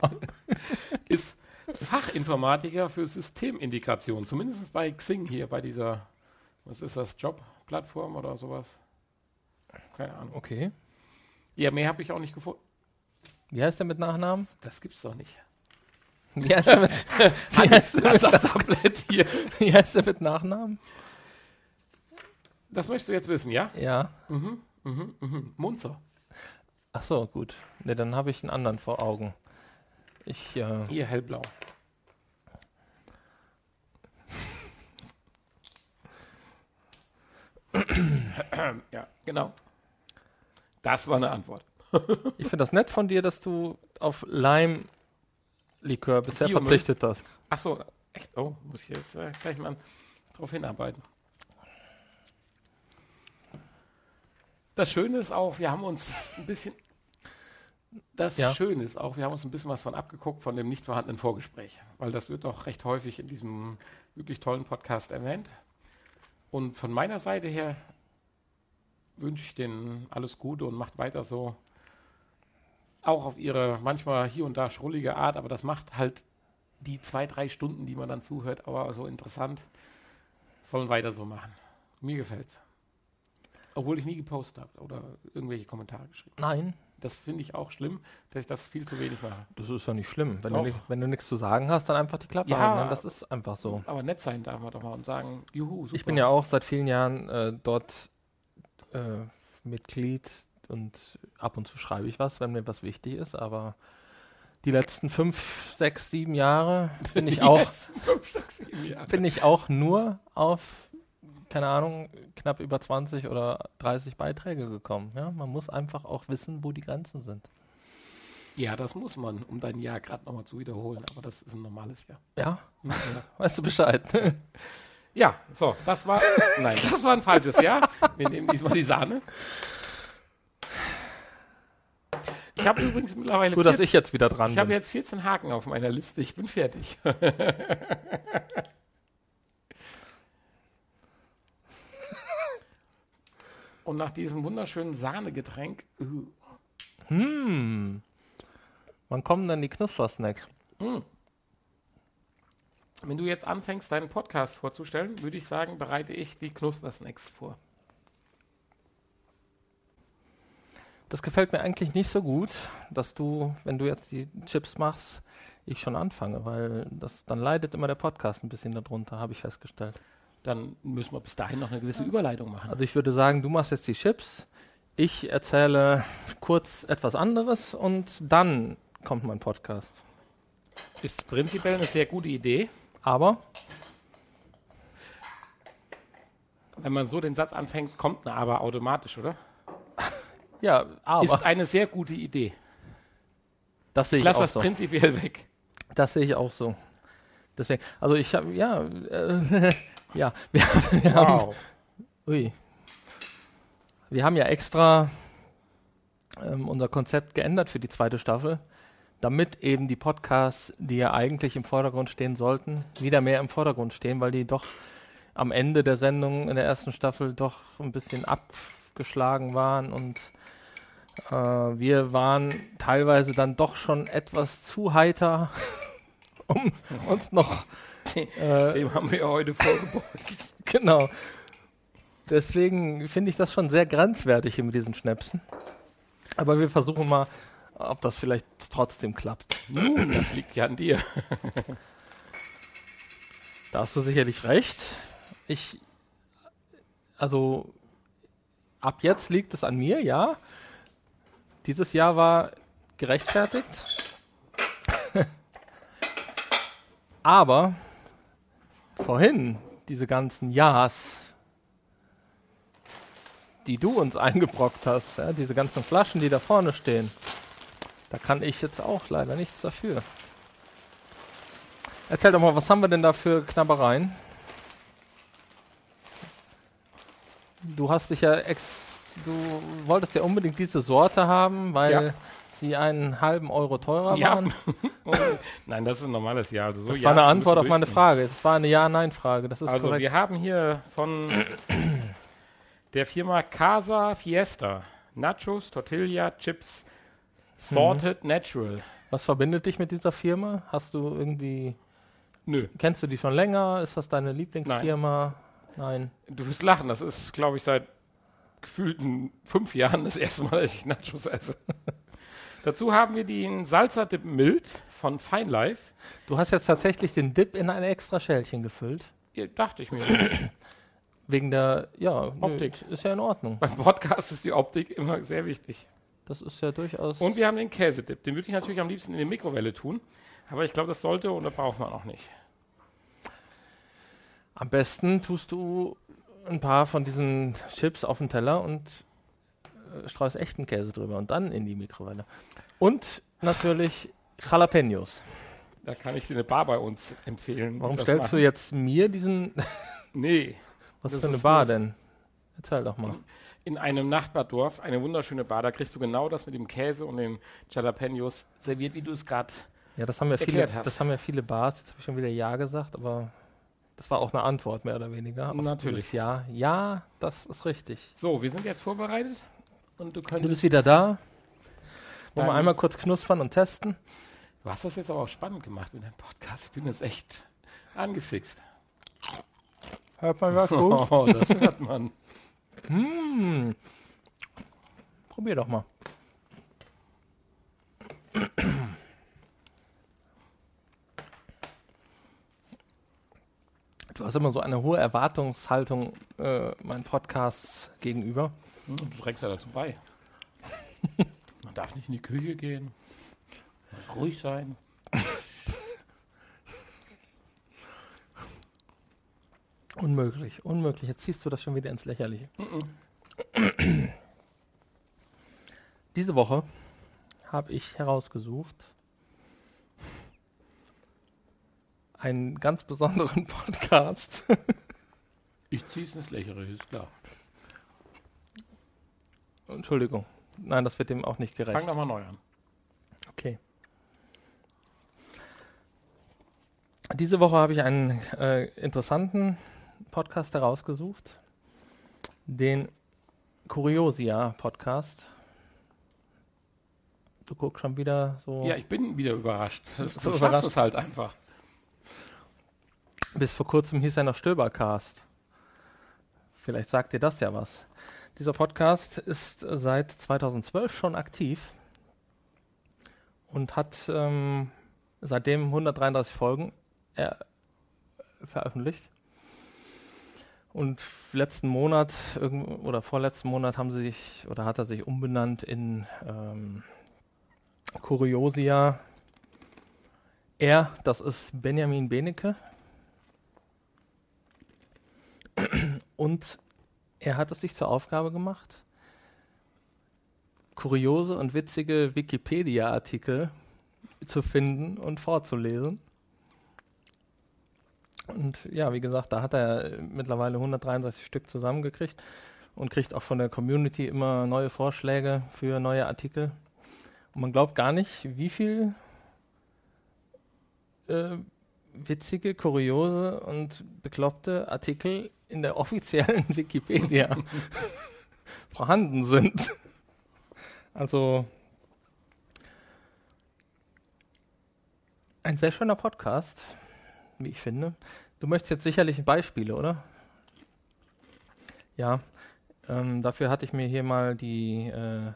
Ist Fachinformatiker für Systemintegration. Zumindest bei Xing hier, bei dieser, was ist das, Jobplattform oder sowas. Keine Ahnung.
Okay.
Ja, mehr habe ich auch nicht gefunden.
Wie heißt der mit Nachnamen?
Das gibt's doch nicht.
Wie heißt <laughs> der mit, wie heißt der
Das
mit, <laughs>
ist das Tablett hier.
wie heißt der mit Nachnamen?
Das möchtest du jetzt wissen, ja?
Ja.
Mhm, mhm, mhm. Munzer.
Ach so, gut. Ne, dann habe ich einen anderen vor Augen. Ich, äh,
Hier, hellblau. ja, genau. Das war eine Antwort.
ich finde das nett von dir, dass du auf Lime-Likör bisher
Biomilch.
verzichtet hast.
Achso, echt? Oh, muss ich jetzt äh, gleich mal drauf hinarbeiten. Das Schöne ist auch, wir haben uns ein bisschen. Das
Ja.
Schöne ist auch, wir haben uns ein bisschen was von abgeguckt von dem nicht vorhandenen Vorgespräch, weil das wird noch recht häufig in diesem wirklich tollen Podcast erwähnt. Und von meiner Seite her wünsche ich denen alles Gute und macht weiter so. Auch auf ihre manchmal hier und da schrullige Art, aber das macht halt die zwei, drei Stunden, die man dann zuhört, aber so interessant, sollen weiter so machen. Mir gefällt's. Obwohl ich nie gepostet habe oder irgendwelche Kommentare geschrieben.
Nein.
Das finde ich auch schlimm, dass ich das viel zu wenig mache.
Das ist ja nicht schlimm. Wenn,
Doch.
du, ni- wenn du nichts zu sagen hast, dann einfach die Klappe
Ja.
halten. ne? Das ist einfach so.
Aber nett sein darf man doch mal und sagen, juhu, super.
Ich bin ja auch seit vielen Jahren äh, dort äh, Mitglied und ab und zu schreibe ich was, wenn mir was wichtig ist, aber die letzten fünf, sechs, sieben Jahre bin
<laughs>
ich auch,
Fünf, sechs, sieben Jahre.
bin ich auch nur auf, keine Ahnung, knapp über 20 oder 30 Beiträge gekommen. Ja? Man muss einfach auch wissen, wo die Grenzen sind.
Ja, das muss man, um dein Jahr gerade nochmal zu wiederholen. Aber das ist ein normales
<laughs>
Jahr.
Ja, weißt du Bescheid. <laughs>
Ja, so, das war, nein, das war ein falsches Jahr. Wir nehmen diesmal die Sahne. Ich habe übrigens mittlerweile
Nur, dass ich jetzt wieder dran
Ich
bin.
habe jetzt 14 Haken auf meiner Liste. Ich bin fertig. <laughs> Und nach diesem wunderschönen Sahnegetränk, uh,
Hm. Wann kommen dann die Knuspersnacks?
wenn du jetzt anfängst, deinen Podcast vorzustellen, würde ich sagen, bereite ich die Knuspersnacks vor.
Das gefällt mir eigentlich nicht so gut, dass du, wenn du jetzt die Chips machst, ich schon anfange, weil das dann leidet immer der Podcast ein bisschen darunter, habe ich festgestellt.
Dann müssen wir bis dahin noch eine gewisse Überleitung machen.
Also ich würde sagen, du machst jetzt die Chips, ich erzähle kurz etwas anderes und dann kommt mein Podcast.
Ist prinzipiell eine sehr gute Idee.
Aber
Wenn man so den Satz anfängt, kommt eine aber automatisch, oder?
ja, aber
Ist eine sehr gute Idee.
das sehe
Ich
ich
lasse
auch
das
so.
prinzipiell
<laughs>
weg.
Das sehe ich auch so. Deswegen, also ich habe ja, äh, <laughs> ja, wir, wir haben Ui. Wir haben ja extra ähm, unser Konzept geändert für die zweite Staffel, damit eben die Podcasts, die ja eigentlich im Vordergrund stehen sollten, wieder mehr im Vordergrund stehen, weil die doch am Ende der Sendung in der ersten Staffel doch ein bisschen abgeschlagen waren und Äh, wir waren teilweise dann doch schon etwas zu heiter, <laughs> um uns noch. Äh,
Dem haben wir heute vorgebeugt.
<laughs> genau. Deswegen finde ich das schon sehr grenzwertig hier mit diesen Schnäpsen. Aber wir versuchen mal, ob das vielleicht trotzdem klappt.
Nun, das liegt ja an dir.
Da hast du sicherlich recht. Ich, also, ab jetzt liegt es an mir, ja. Dieses Jahr war gerechtfertigt. Aber vorhin, diese ganzen Ja's, die du uns <laughs> eingebrockt hast, ja, diese ganzen Flaschen, die da vorne stehen, da kann ich jetzt auch leider nichts dafür. Erzähl doch mal, was haben wir denn da für Knabbereien? Du hast dich ja ex. Du wolltest ja unbedingt diese Sorte haben, weil
Ja.
sie einen halben Euro teurer
Ja. <laughs> Oh
waren.
Nein, das ist ein normales Jahr. Also so
Oh Das
Ja's
war eine
müssen
Antwort auf
wir
meine
durchnehmen.
Frage. Es war eine Ja-Nein-Frage. Das ist
Also
korrekt.
wir haben hier von
<clears throat>
der Firma Casa Fiesta Nachos, Tortilla, Chips, Sorted
Mhm.
Natural.
Was verbindet dich mit dieser Firma? Hast du irgendwie.
Nö,
Kennst du die schon länger? Ist das deine Lieblingsfirma? Nein.
du wirst lachen. Das ist, glaube ich, seit gefühlten fünf Jahren das erste Mal, dass ich Nachos
<laughs>
esse. Dazu haben wir den Salsa Dip Mild von Fine Life.
Du hast jetzt tatsächlich den Dip in ein extra Schälchen gefüllt.
Ihr dachte ich
<laughs>
mir.
Wegen der. Ja, nö,
Optik.
ist ja in Ordnung.
Beim Podcast ist die Optik immer sehr wichtig.
Das ist ja durchaus.
Und wir haben den Käsedip. Den würde ich natürlich am liebsten in die Mikrowelle tun. Aber ich glaube, das sollte und das braucht man auch nicht.
Am besten tust du ein paar von diesen Chips auf den Teller und äh, streust echten Käse drüber und dann in die Mikrowelle. Und natürlich Jalapenos.
Da kann ich dir eine Bar bei uns empfehlen.
Warum stellst du jetzt mir diesen. <laughs>
jetzt? Nee.
Was
Das
für eine
ist
Bar
nicht-
denn? Erzähl doch mal.
In einem Nachbardorf, eine wunderschöne Bar, da kriegst du genau das mit dem Käse und den Jalapenos serviert, wie du es gerade.
Ja, das haben ja viele,
Erklärt hast.
das haben ja viele Bars. Jetzt habe ich schon wieder Ja gesagt, aber das war auch eine Antwort, mehr oder weniger. auf
Natürlich.
dieses Ja. Ja, das ist richtig.
So, wir sind jetzt vorbereitet und du
Du
könntest.
bist wieder da. Wollen wir
Dann-
einmal kurz knuspern und testen?
Du hast das jetzt aber auch spannend gemacht mit deinem Podcast. Ich bin jetzt echt angefixt.
Hört man mal
<laughs> Oh, das hört man.
Mmh. Probier doch mal. Du hast immer so eine hohe Erwartungshaltung äh, meinen Podcasts gegenüber.
Hm, Du trägst ja dazu <laughs> bei. Man darf nicht in die Küche gehen. Man muss ruhig sein.
Unmöglich, unmöglich. Jetzt ziehst du das schon wieder ins Lächerliche. Diese Woche habe ich herausgesucht einen ganz besonderen <laughs> Podcast.
Ich zieh's ins Lächere, ist klar.
Entschuldigung. Nein, das wird dem auch nicht gerecht.
Fang doch mal neu an.
Okay. Diese Woche habe ich einen äh, interessanten Podcast herausgesucht, den Curiosia Podcast. Du guckst schon wieder so,
Ja, ich bin wieder überrascht. Oh. Du
So
schaffst
überrascht.
es halt einfach.
bis vor kurzem hieß er noch Stöbercast. Vielleicht sagt dir das ja was. Dieser Podcast ist äh, seit 2012 schon aktiv und hat ähm, seitdem 133 Folgen äh, veröffentlicht. Und letzten Monat irgend- oder vorletzten Monat haben sie sich oder hat er sich umbenannt in ähm, Curiosia. Er, das ist Benjamin Benecke. Und er hat es sich zur Aufgabe gemacht, kuriose und witzige Wikipedia-Artikel zu finden und vorzulesen. Und ja, wie gesagt, da hat er äh, mittlerweile 133 Stück zusammengekriegt und kriegt auch von der Community immer neue Vorschläge für neue Artikel. Und man glaubt gar nicht, wie viel äh, witzige, kuriose und bekloppte Artikel in <laughs> der offiziellen Wikipedia vorhanden sind. Also ein sehr schöner Podcast, wie ich finde. Du möchtest jetzt sicherlich Beispiele, oder? Ja, ähm, dafür hatte ich mir hier mal die äh,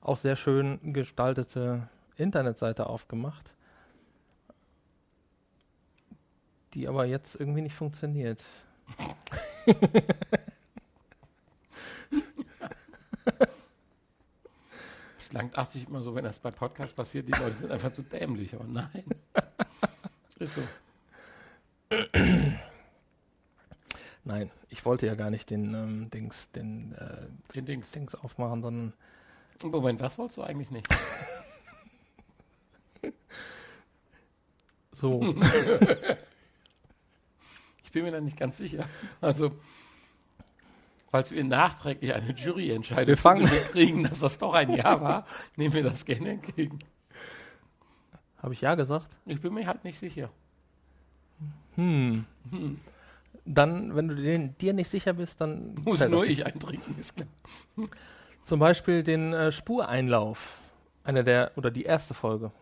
auch sehr schön gestaltete Internetseite aufgemacht, die aber jetzt irgendwie nicht funktioniert.
Es langt ach, ich immer so, wenn das bei Podcasts passiert, die Leute sind einfach zu dämlich. Aber <laughs> nein. Ist so.
Nein, ich wollte ja gar nicht den ähm, Dings, den äh,
Den Dings.
Dings aufmachen, sondern
Moment, was wolltest du eigentlich nicht? <laughs>
so.
Ich bin mir da nicht ganz sicher. Also, falls wir nachträglich eine Juryentscheidung
Wir fangen-
zugeschickt <laughs> kriegen, dass das doch ein Ja war, nehmen wir das gerne entgegen.
Habe ich ja gesagt?
Ich bin mir halt nicht sicher.
Hm. Dann, wenn du den, dir nicht sicher bist, dann
Muss
zählt das
nur
nicht.
ich eintrinken, ist klar.
Zum Beispiel den äh, Spureinlauf. Eine der, oder die erste Folge.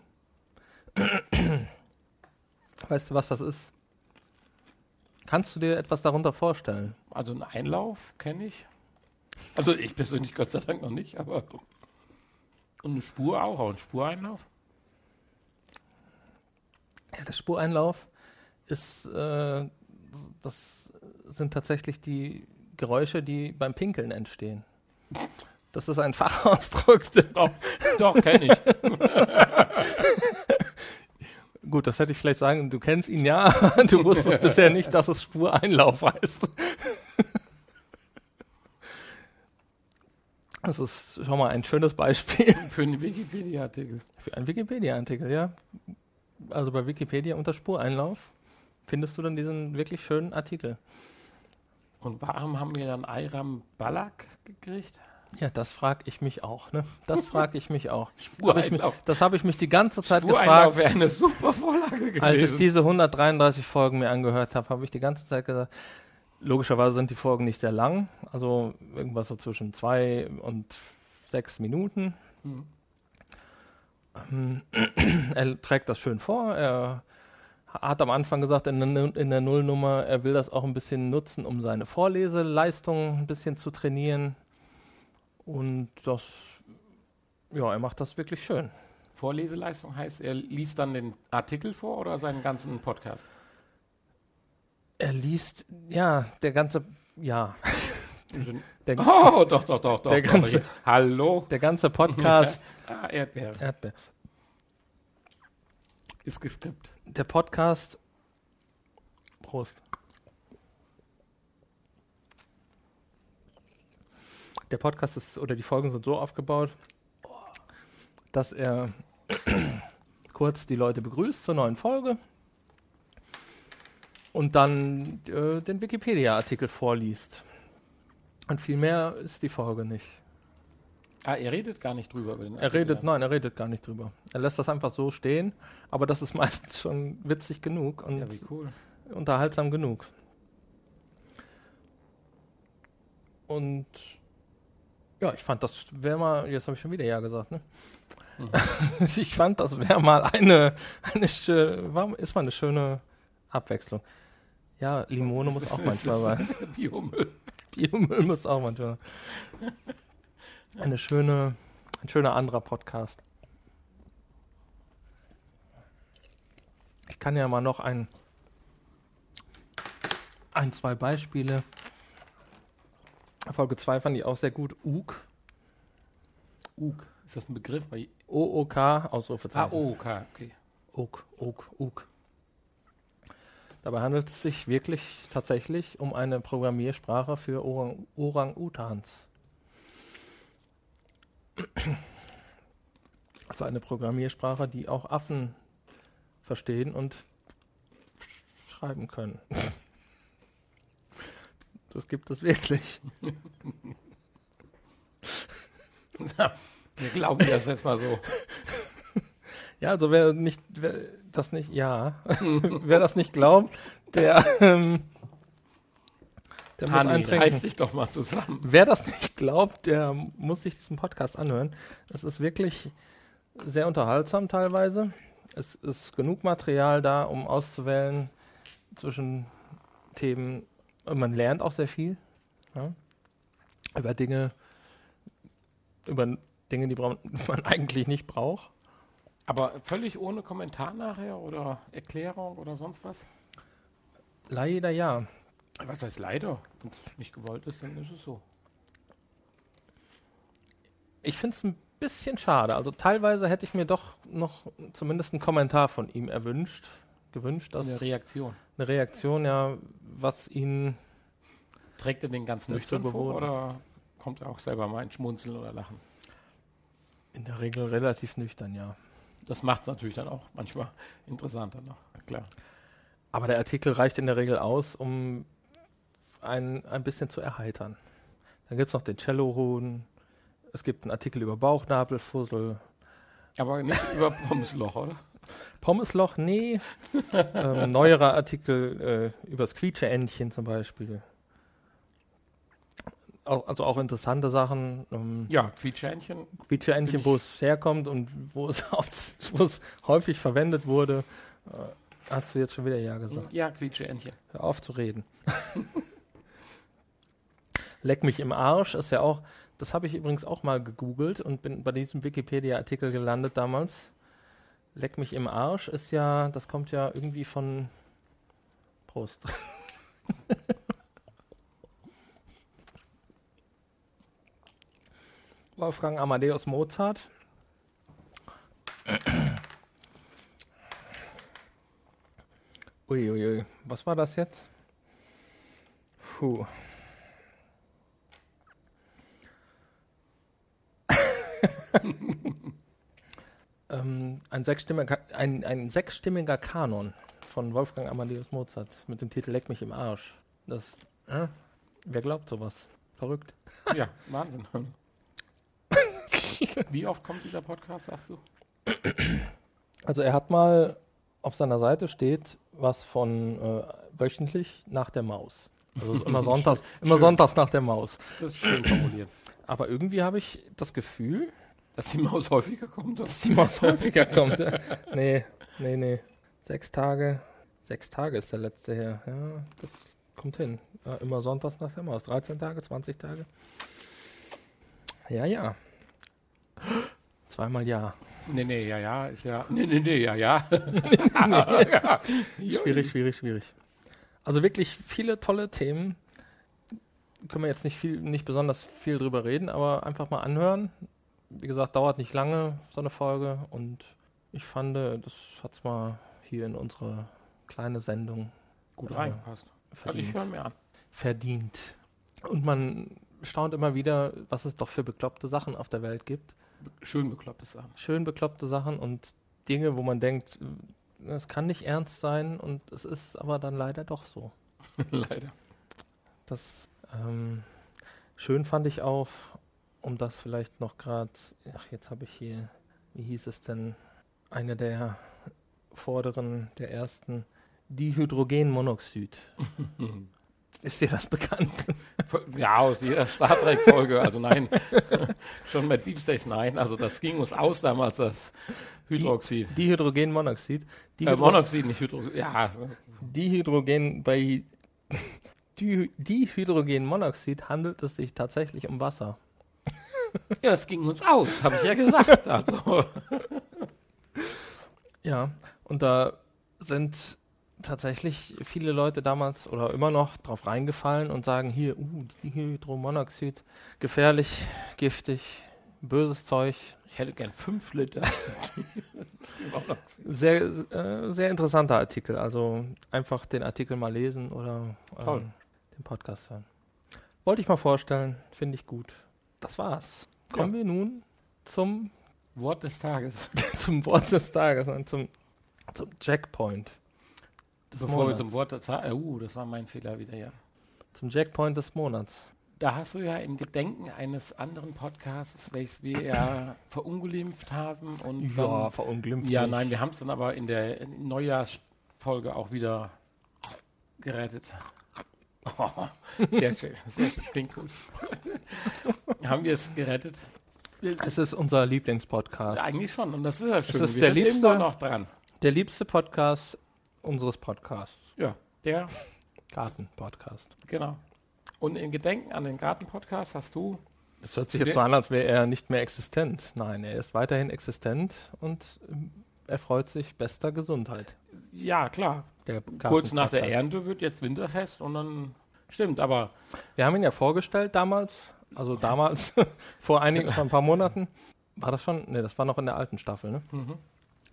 <clears throat> weißt du, was das ist? Kannst du dir etwas darunter vorstellen?
Also einen Einlauf kenne ich. Also ich persönlich Gott sei Dank noch nicht, aber und eine Spur auch, auch ein Spureinlauf.
Ja, der Spureinlauf ist, äh, das sind tatsächlich die Geräusche, die beim Pinkeln entstehen. Das ist ein <laughs> Fachausdruck. der-
Doch, doch kenne ich.
Gut, das hätte ich vielleicht sagen, du kennst ihn ja, <laughs> aber du wusstest bisher nicht, dass es Spureinlauf heißt. <laughs> Das ist schon mal ein schönes Beispiel <laughs>
Für einen Wikipedia-Artikel.
für einen Wikipedia-Artikel, ja. Also bei Wikipedia unter Spureinlauf findest du dann diesen wirklich schönen Artikel.
Und warum haben wir dann Ayram Balak gekriegt?
Ja, das frage ich mich auch, ne? Das frage ich mich auch. Hab ich mich,
Spureinlauf.
das habe ich mich die ganze Zeit
Spureinlauf
gefragt.
wäre eine super Vorlage
Als ich
gewesen.
diese 133 Folgen mir angehört habe, habe ich die ganze Zeit gesagt, logischerweise sind die Folgen nicht sehr lang, also irgendwas so zwischen zwei und sechs Minuten.
Mhm.
Ähm, <clears throat> er trägt das schön vor. Er hat am Anfang gesagt, in der, Nu- in der Nullnummer, er will das auch ein bisschen nutzen, um seine Vorleseleistung ein bisschen zu trainieren. Und das, ja, er macht das wirklich schön.
Vorleseleistung heißt, er liest dann den Artikel vor oder seinen ganzen Podcast?
Er liest, ja, der ganze, ja, Der-
oh, doch, doch, doch, doch.
Der
doch,
ganze-
doch. Hallo?
der ganze Podcast
Ah, Erdbeere.
Erdbeer.
Ist geskippt.
Der Podcast. Prost. Der Podcast ist, oder die Folgen sind so aufgebaut, dass er <clears throat> kurz die Leute begrüßt zur neuen Folge und dann äh, den Wikipedia-Artikel vorliest. Und viel mehr ist die Folge nicht.
Ah, er redet gar nicht drüber. Über den
Er redet,
noch.
nein, er redet gar nicht drüber. Er lässt das einfach so stehen, aber das ist <laughs> meistens schon witzig genug und
Ja, wie cool.
unterhaltsam genug. Und ja, ich fand, das wäre mal, jetzt habe ich schon wieder Ja gesagt, ne?
Mhm.
<laughs> ich fand, das wäre mal eine, eine schöne, warum ist mal eine schöne Abwechslung? Ja, Limone
<laughs>
muss auch manchmal sein.
sein. Biomüll.
Biomüll muss auch manchmal. Eine schöne, ein schöner anderer Podcast. Ich kann ja mal noch ein, ein, zwei Beispiele. Folge 2 fand ich auch sehr gut. UG,
Uk. Ist das ein Begriff? Bei
OOK, Ausrufezeichen.
AOK, okay.
Uk, Uk, Uk. Dabei handelt es sich wirklich tatsächlich um eine Programmiersprache für Orang- Orang-Utans. Also eine Programmiersprache, die auch Affen verstehen und sch- schreiben können. Das gibt es wirklich.
Wir glauben das jetzt mal
<laughs>
so.
Ja, also wer nicht, wer das nicht, ja, wer das nicht glaubt, der, ähm, Der muss
Tani,
einen trinken.
reiß dich doch mal zusammen.
Wer das nicht glaubt, der muss sich diesen Podcast anhören. Es ist wirklich sehr unterhaltsam teilweise. Es ist genug Material da, um auszuwählen zwischen Themen. Und man lernt auch sehr viel ja? über Dinge, über Dinge, die brau- <laughs> man eigentlich nicht braucht.
Aber völlig ohne Kommentar nachher oder Erklärung oder sonst was?
Leider ja.
Was heißt leider? Wenn es nicht gewollt ist, dann ist es so.
Ich finde es ein bisschen schade. Also teilweise hätte ich mir doch noch zumindest einen Kommentar von ihm erwünscht, gewünscht. dass-
Eine Reaktion.
eine Reaktion, ja, was ihn.
Trägt er den ganz
Das
nüchtern
zu
vor
bewohnen.
oder kommt er auch selber mal ein Schmunzeln oder Lachen?
In der Regel relativ nüchtern, ja.
Das macht es natürlich dann auch manchmal <laughs> interessanter noch. Klar.
Aber der Artikel reicht in der Regel aus, um ein, ein bisschen zu erheitern. Dann gibt es noch den Cello-Hohn. Es gibt einen Artikel über Bauchnabelfussel.
Aber nicht über Pommesloch, oder?
Pommesloch, nee. ähm, neuerer Artikel äh, über das Quietscheentchen zum Beispiel. Auch, also auch interessante Sachen. Ähm,
Ja, Quietschähnchen. Bin
Quietscheentchen,
ich-
wo es herkommt und wo es, <laughs> haupts- wo es häufig verwendet wurde. Äh, Hast du jetzt schon wieder Ja gesagt?
Also. Ja, Quietschähnchen.
Hör auf zu reden. <laughs> Leck mich im Arsch ist ja auch, das habe ich übrigens auch mal gegoogelt und bin bei diesem Wikipedia-Artikel gelandet damals. Leck mich im Arsch ist ja, das kommt ja irgendwie von Prost. <laughs> Wolfgang Amadeus Mozart. Uiuiui, was war das jetzt? Puh. ähm, ein, sechsstimmiger, ein, ein sechsstimmiger Kanon von Wolfgang Amadeus Mozart mit dem Titel Leck mich im Arsch. Das, äh, wer glaubt sowas? Verrückt.
Ja, <laughs> Wahnsinn. Wie oft kommt dieser Podcast, sagst du?
Also er hat mal auf seiner Seite steht was von äh, wöchentlich nach der Maus. Also es ist immer sonntags, immer
Schön.
sonntags nach der Maus.
Das ist schön formuliert.
Aber irgendwie habe ich das Gefühl, <laughs>
Dass die Maus häufiger kommt.
dass die Maus häufiger kommt. ja. Nee, nee, nee. Sechs Tage. Sechs Tage ist der letzte her. Ja, das kommt hin. Ja, immer sonntags nach der Maus. 13 Tage, 20 Tage. Ja, ja. Zweimal ja.
Nee, nee, ja, ja, ist ja. Nee, nee, nee, ja, <laughs> ja. ja.
Schwierig, schwierig, schwierig. Also wirklich viele tolle Themen. Können wir jetzt nicht viel, nicht besonders viel drüber reden, aber einfach mal anhören. Wie gesagt, dauert nicht lange, so eine Folge. Und ich fand, das hat's mal hier in unsere kleine Sendung
Gut reingepasst. Also ich
verdient.
höre mir an.
verdient. Und man staunt immer wieder, was es doch für bekloppte Sachen auf der Welt gibt
Schön beklopptes an.
schön bekloppte Sachen und Dinge, wo man denkt, es kann nicht ernst sein und es ist aber dann leider doch so.
<laughs> Leider.
Das ähm, schön fand ich auch, um das vielleicht noch gerade, ach jetzt habe ich hier, wie hieß es denn, eine der vorderen, der ersten, Dihydrogenmonoxid. Ist dir das bekannt? <laughs>
Ja, aus jeder Star Trek-Folge. Also nein, <laughs> schon bei Deep Space Nine. Also das ging uns aus damals, das Hydroxid.
Dihydrogenmonoxid.
Äh,
Dihydro
Monoxid, nicht Hydroxid. Ja,
Dihydrogen bei <laughs> Di- Dihydrogenmonoxid handelt es sich tatsächlich um Wasser.
ja, das ging uns aus, habe ich ja gesagt. Also.
Ja, und da sind tatsächlich viele Leute damals oder immer noch drauf reingefallen und sagen hier, uh, Dihydromonoxid, gefährlich, giftig, böses Zeug.
Ich hätte gern fünf Liter Monoxid.
Sehr, äh, sehr interessanter Artikel. Also einfach den Artikel mal lesen oder
Toll.
ähm, den Podcast hören. Wollte ich mal vorstellen, finde ich gut. Das war's. Kommen wir nun zum,
<laughs>
<laughs>
Wort des Tages.
zum Wort des Tages und zum, zum Checkpoint. des
Bevor wir
Monats.
zum Wort des Tages. Uh, das war mein Fehler wieder, ja.
Zum Checkpoint des Monats.
Da hast du ja im Gedenken eines anderen Podcasts, welches wir ja verunglimpft haben und dann
verunglimpft.
Ja, nein, wir haben es dann aber in der Neujahrsfolge auch wieder gerettet. Oh, <laughs> sehr schön, sehr schön, klingt gut. <laughs> Haben wir es gerettet?
Es ist unser Lieblingspodcast.
Eigentlich schon, und das ist ja schön.
ist
wir
der
sind
liebste-
immer noch dran.
Der liebste Podcast unseres Podcasts.
Ja, der,
Garten-Podcast.
genau. Und in Gedenken an den Garten-Podcast hast du
Es hört sich
Der-
jetzt so an, als wäre er nicht mehr existent. Nein, er ist weiterhin existent und ähm, erfreut sich bester Gesundheit.
Ja, klar.
Der
Kurz nach der
Garten-Podcast.
Ernte wird jetzt Winterfest und dann stimmt, aber
Wir haben ihn ja vorgestellt damals, also damals, <laughs> vor einigen, vor ein paar Monaten. War das schon? Ne, das war noch in der alten Staffel, ne?
Mhm.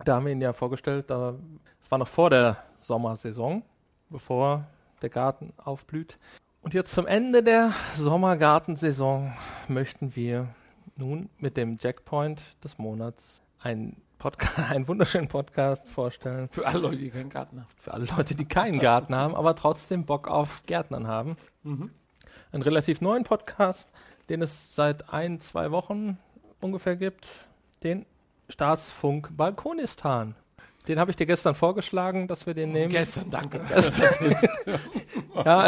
Da haben wir ihn ja vorgestellt, da, das war noch vor der Sommersaison, bevor der Garten aufblüht. Und jetzt zum Ende der Sommergartensaison möchten wir nun mit dem Jackpoint des Monats einen, Podca- <laughs> einen wunderschönen Podcast vorstellen
für alle Leute, die keinen Garten haben.
für alle Leute, die keinen Garten haben, aber trotzdem Bock auf Gärtnern haben.
Mhm.
Einen relativ neuen Podcast, den es seit ein, zwei Wochen ungefähr gibt, den Staatsfunk Balkonistan. Den habe ich dir gestern vorgeschlagen, dass wir den <laughs> nehmen. Also
Gestern, danke. <laughs>
ja,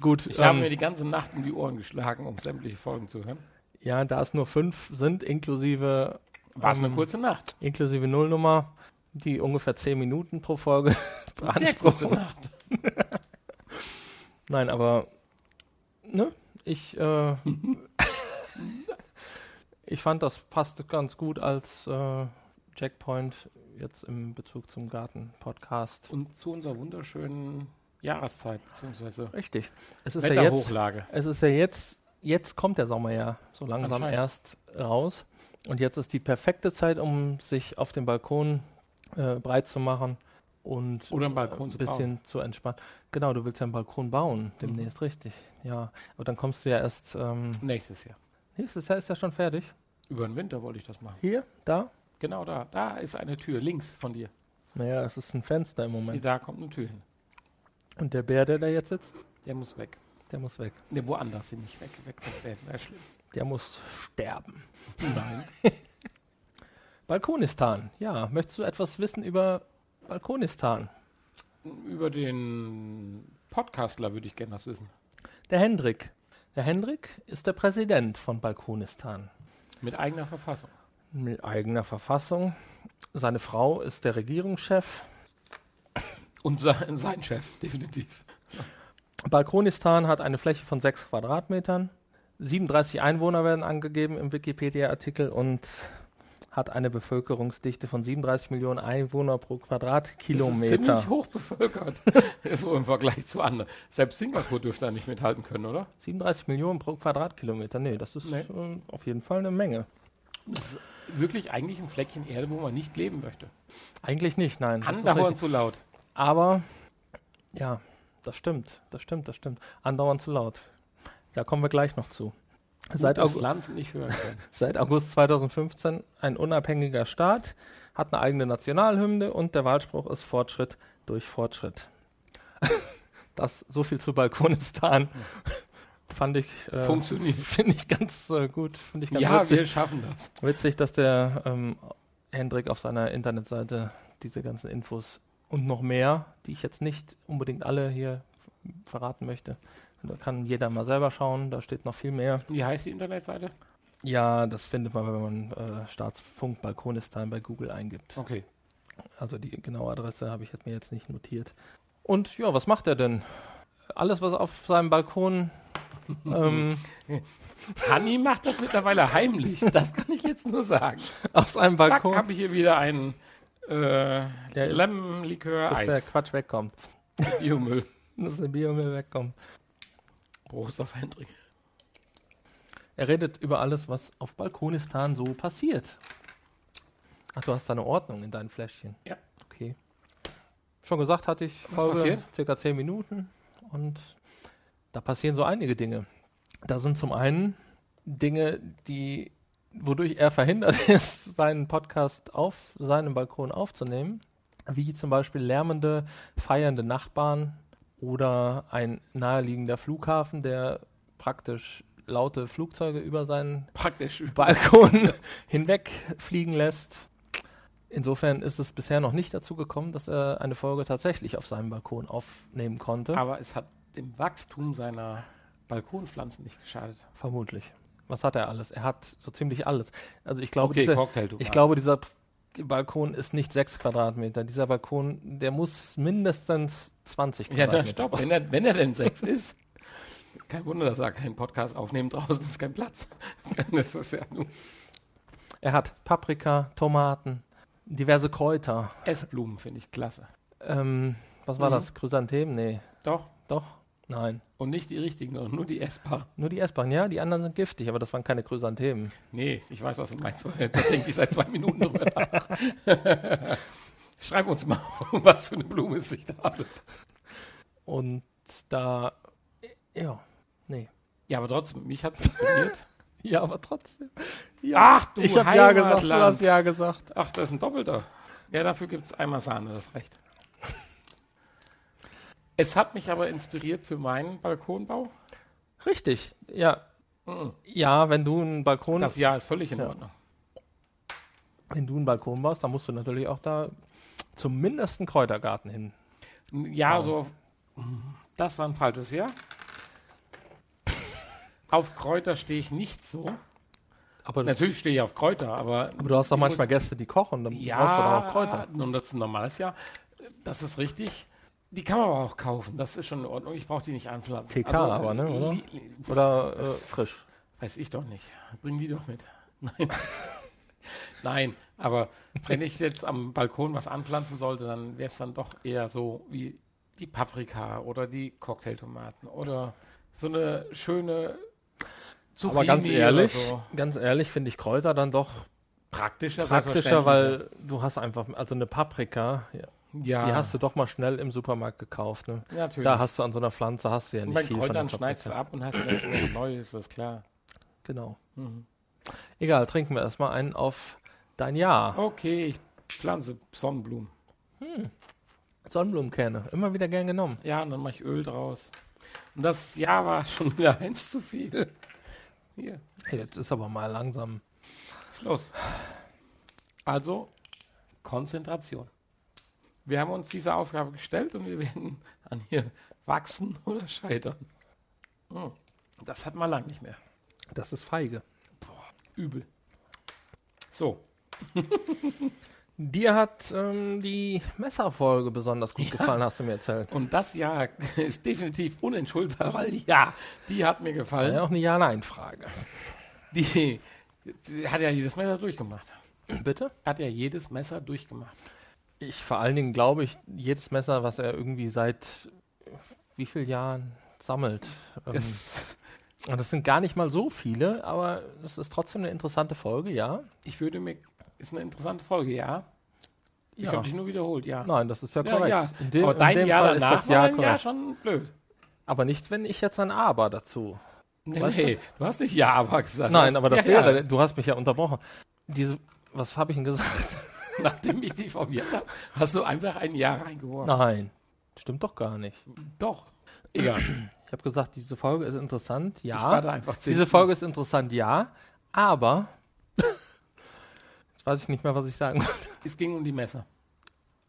gut.
Ich
ähm,
habe mir die ganze Nacht um die Ohren geschlagen, um sämtliche Folgen zu hören.
ja, da es nur fünf sind, inklusive,
War es eine
Ähm,
kurze Nacht.
inklusive Nullnummer, die ungefähr zehn Minuten pro Folge <laughs>
Sehr
beanspruchen.
kurze Nacht.
Nein, aber ne, ich äh, ich fand das passt ganz gut als äh, Checkpoint jetzt im Bezug zum Garten Podcast.
Und zu unserer wunderschönen Jahreszeit, beziehungsweise
Richtig. Es ist ja jetzt
Wetterhochlage.
es ist ja jetzt jetzt kommt der Sommer ja so langsam
Anscheinend.
erst raus und jetzt ist die perfekte Zeit, um sich auf dem Balkon äh, breit zu machen und
Oder einen Balkon zu
ein bisschen zu entspannen. Genau, du willst ja einen Balkon bauen demnächst,
Mhm.
richtig. Ja, aber dann kommst du ja erst ähm,
bauen. Nächstes Jahr.
Nächstes Jahr ist er schon fertig.
Über den Winter wollte ich das machen.
Hier, da?
Genau da. Da ist eine Tür, links von dir.
Naja, es ist ein Fenster im Moment.
Da kommt eine Tür hin.
Und der Bär, der da jetzt sitzt,
Der muss weg.
der muss weg.
Ne, woanders hin, nicht weg. Weg, weg, weg. Wäre schlimm.
Der muss sterben.
Nein.
Balkonistan. Ja, möchtest du etwas wissen über Balkonistan?
Über den Podcastler würde ich gerne was wissen.
Der Hendrik. Der Hendrik ist der Präsident von Balkonistan.
Mit eigener Verfassung.
Mit eigener Verfassung. Seine Frau ist der Regierungschef.
Und sein, sein Chef, <laughs> definitiv.
Balkonistan hat eine Fläche von 6 Quadratmetern. 37 Einwohner werden angegeben im Wikipedia-Artikel und hat eine Bevölkerungsdichte von 37 Millionen Einwohner pro
Das ist
Quadratkilometer.
ziemlich hoch bevölkert. <laughs> so im Vergleich zu anderen. Selbst Singapur dürfte da nicht mithalten können, oder?
37 Millionen pro Quadratkilometer. Nee, das ist
Nee.
äh, auf jeden Fall eine Menge.
Das ist wirklich eigentlich ein Fleckchen Erde, wo man nicht leben möchte.
Eigentlich nicht, nein. das ist
Andauernd
richtig.
zu laut.
Aber ja, das stimmt, das stimmt, das stimmt. Andauernd zu laut. Da kommen wir gleich noch zu. Seit,
Dass
August,
Pflanzen nicht hören
<laughs>
können.
Seit August 2015 ein unabhängiger Staat, hat eine eigene Nationalhymne und der Wahlspruch ist Fortschritt durch Fortschritt. <laughs> Das so viel zu Balkonistan. <laughs> Fand ich, äh,
Funktioniert.
finde ich ganz äh, gut, finde ich ganz
Ja, wir
witzig.
schaffen das.
witzig, dass der ähm, Hendrik auf seiner Internetseite diese ganzen Infos und noch mehr, die ich jetzt nicht unbedingt alle hier verraten möchte. Da kann jeder mal selber schauen, da steht noch viel mehr.
Wie heißt die Internetseite?
Ja, das findet man, wenn man äh, Staatsfunk Balkonistan bei Google eingibt.
Okay.
Also die genaue Adresse habe ich jetzt mir jetzt nicht notiert. Und ja, was macht er denn? Alles, was auf seinem Balkon. ähm,
Hanni macht das mittlerweile heimlich. Das kann ich jetzt nur sagen.
auf seinem
Zack,
Balkon,
habe ich hier wieder einen äh,
Der- dass der
Lemon-Likör-Eis.
Quatsch wegkommt.
Biomüll.
Dass der Biomüll wegkommt.
Prost auf Hendrik.
Er redet über alles, was auf Balkonistan so passiert. Ach, du hast da eine Ordnung in deinen Fläschchen.
Ja.
Okay. Schon gesagt hatte ich, Folge
passiert?
circa 10 Minuten und da passieren so einige Dinge. Da sind zum einen Dinge, die wodurch er verhindert <laughs> ist, seinen Podcast auf seinem Balkon aufzunehmen, wie zum Beispiel lärmende, feiernde Nachbarn oder ein naheliegender Flughafen, der praktisch laute Flugzeuge über seinen
Praktisch.
Balkon <laughs> hinweg fliegen lässt. Insofern ist es bisher noch nicht dazu gekommen, dass er eine Folge tatsächlich auf seinem Balkon aufnehmen konnte.
Aber es hat dem Wachstum seiner Balkonpflanzen nicht geschadet.
Vermutlich. Was hat er alles? Er hat so ziemlich alles. Also ich glaube,
Okay,
diese,
Cocktailtomaten.
ich glaube, dieser P- Balkon ist nicht 6 Quadratmeter. Dieser Balkon, der muss mindestens 20
Ja,
Quadratmeter.
da stopp. Wenn er, wenn er denn sechs ist, kein Wunder, dass er keinen Podcast aufnehmen draußen ist kein Platz. <laughs> Das ist ja nur
Er hat Paprika, Tomaten, diverse Kräuter.
Essblumen, finde ich klasse.
Ähm, was war
Mhm.
das? Chrysanthemen? Nee,
Doch.
doch. Nein.
Und nicht die richtigen, sondern nur die essbaren.
Nur die essbaren. Ja, die anderen sind giftig, aber das waren keine Chrysanthemen.
Nee, ich weiß, was du meinst. Da denke ich seit zwei Minuten drüber nach. <laughs> Schreib uns mal, <laughs> um was für eine Blume es sich da handelt.
Und da, ja, nee.
Ja, aber trotzdem, mich hat es inspiriert.
<laughs> Ja, aber trotzdem.
Ach, du
ich habe ja gesagt, du
Heimatland.
hast ja gesagt.
Ach, das ist ein Doppelter. Ja, dafür gibt es einmal Sahne, das
<laughs>
reicht. Es hat mich aber inspiriert für meinen Balkonbau.
Richtig. Ja,
Mhm.
ja, wenn du einen Balkon,
Das Jahr ist völlig in
Ja.
Ordnung.
wenn du einen Balkon baust, dann musst du natürlich auch da zumindest einen Kräutergarten hin.
Ja,
Ja.
so. auf- Das war ein falsches Jahr. Auf Kräuter stehe ich nicht so.
Aber,
Natürlich stehe ich auf Kräuter, aber.
aber du hast doch
die
manchmal Gäste, die kochen, dann
Ja,
brauchst du doch auch Kräuter.
Und das ist ein normales Jahr. Das ist richtig. Die kann man aber auch kaufen. Das ist schon in Ordnung. Ich brauche die nicht anpflanzen. Also,
TK aber, ne, oder?
li- li-
Oder äh, frisch.
Weiß ich doch nicht. Bring die doch mit. <laughs> Nein. Nein, aber wenn ich jetzt am Balkon was anpflanzen sollte, dann wäre es dann doch eher so wie die Paprika oder die Cocktailtomaten oder so eine schöne Zucchini
Aber ganz ehrlich,
oder so.
ganz ehrlich finde ich Kräuter dann doch
praktischer,
praktischer,
selbstverständlich.
weil du hast einfach, also eine Paprika, ja,
ja,
die hast du doch mal schnell im Supermarkt gekauft. Ne?
natürlich.
Da hast du an so einer Pflanze hast du ja
und
nicht
bei
viel von der
Kräutern schneidest du
Paprika.
ab und hast dann was Neues, das ist klar.
Genau.
Mhm.
Egal, trinken wir erstmal einen auf dein Jahr.
Okay, ich pflanze Sonnenblumen.
Sonnenblumenkerne, immer wieder gern genommen.
Ja, und dann mache ich Öl draus. Und das Jahr war schon <laughs> wieder eins zu viel. Hier,
Hey, jetzt ist aber mal langsam.
Schluss. Also, Konzentration. Wir haben uns diese Aufgabe gestellt und wir werden an ihr wachsen oder scheitern. Hm. Das hat man lang nicht mehr.
Das ist feige.
Übel. So,
Dir hat ähm, die Messerfolge besonders gut gefallen, hast du mir erzählt.
und das Jahr <laughs> ist definitiv unentschuldbar, weil ja, die hat mir
Das war
gefallen.
ja auch eine <clears throat> Ja-Nein-Frage.
Die, die hat ja jedes Messer durchgemacht.
Bitte?
Hat ja jedes Messer durchgemacht.
Ich vor allen Dingen glaube ich, jedes Messer, was er irgendwie seit äh, wie vielen Jahren sammelt. Ähm, das,
Das,
das sind gar nicht mal so viele, aber es ist trotzdem eine interessante Folge, ja.
Ich würde mir. Ist eine interessante Folge, ja. Ich
ja.
habe dich nur wiederholt, ja.
Nein, das ist ja
Ah. ja,
korrekt.
ja.
In dem-
Aber
in
dein
dem
Jahr
Fall ist
danach
das
war
Jahr
mein
korrekt.
Jahr schon blöd.
Aber nicht, wenn ich jetzt ein Aber dazu.
Nee,
Weißt
nee, du hast nicht Ja, aber gesagt.
Nein,
Du hast-
aber
ja,
das wäre,
Ja,
du hast mich ja unterbrochen. Diese, was habe ich
<laughs>
denn gesagt?
nachdem ich dich verwirrt habe, hast du einfach ein Ja reingeworfen.
Nein, stimmt doch gar nicht.
Doch. Egal.
Ich habe gesagt, diese Folge ist interessant,
Ich war da
<clears throat> ja.
einfach zehn.
Diese Folge ist interessant, ja. Aber, jetzt weiß ich nicht mehr, was ich sagen wollte.
Es ging um die Messer.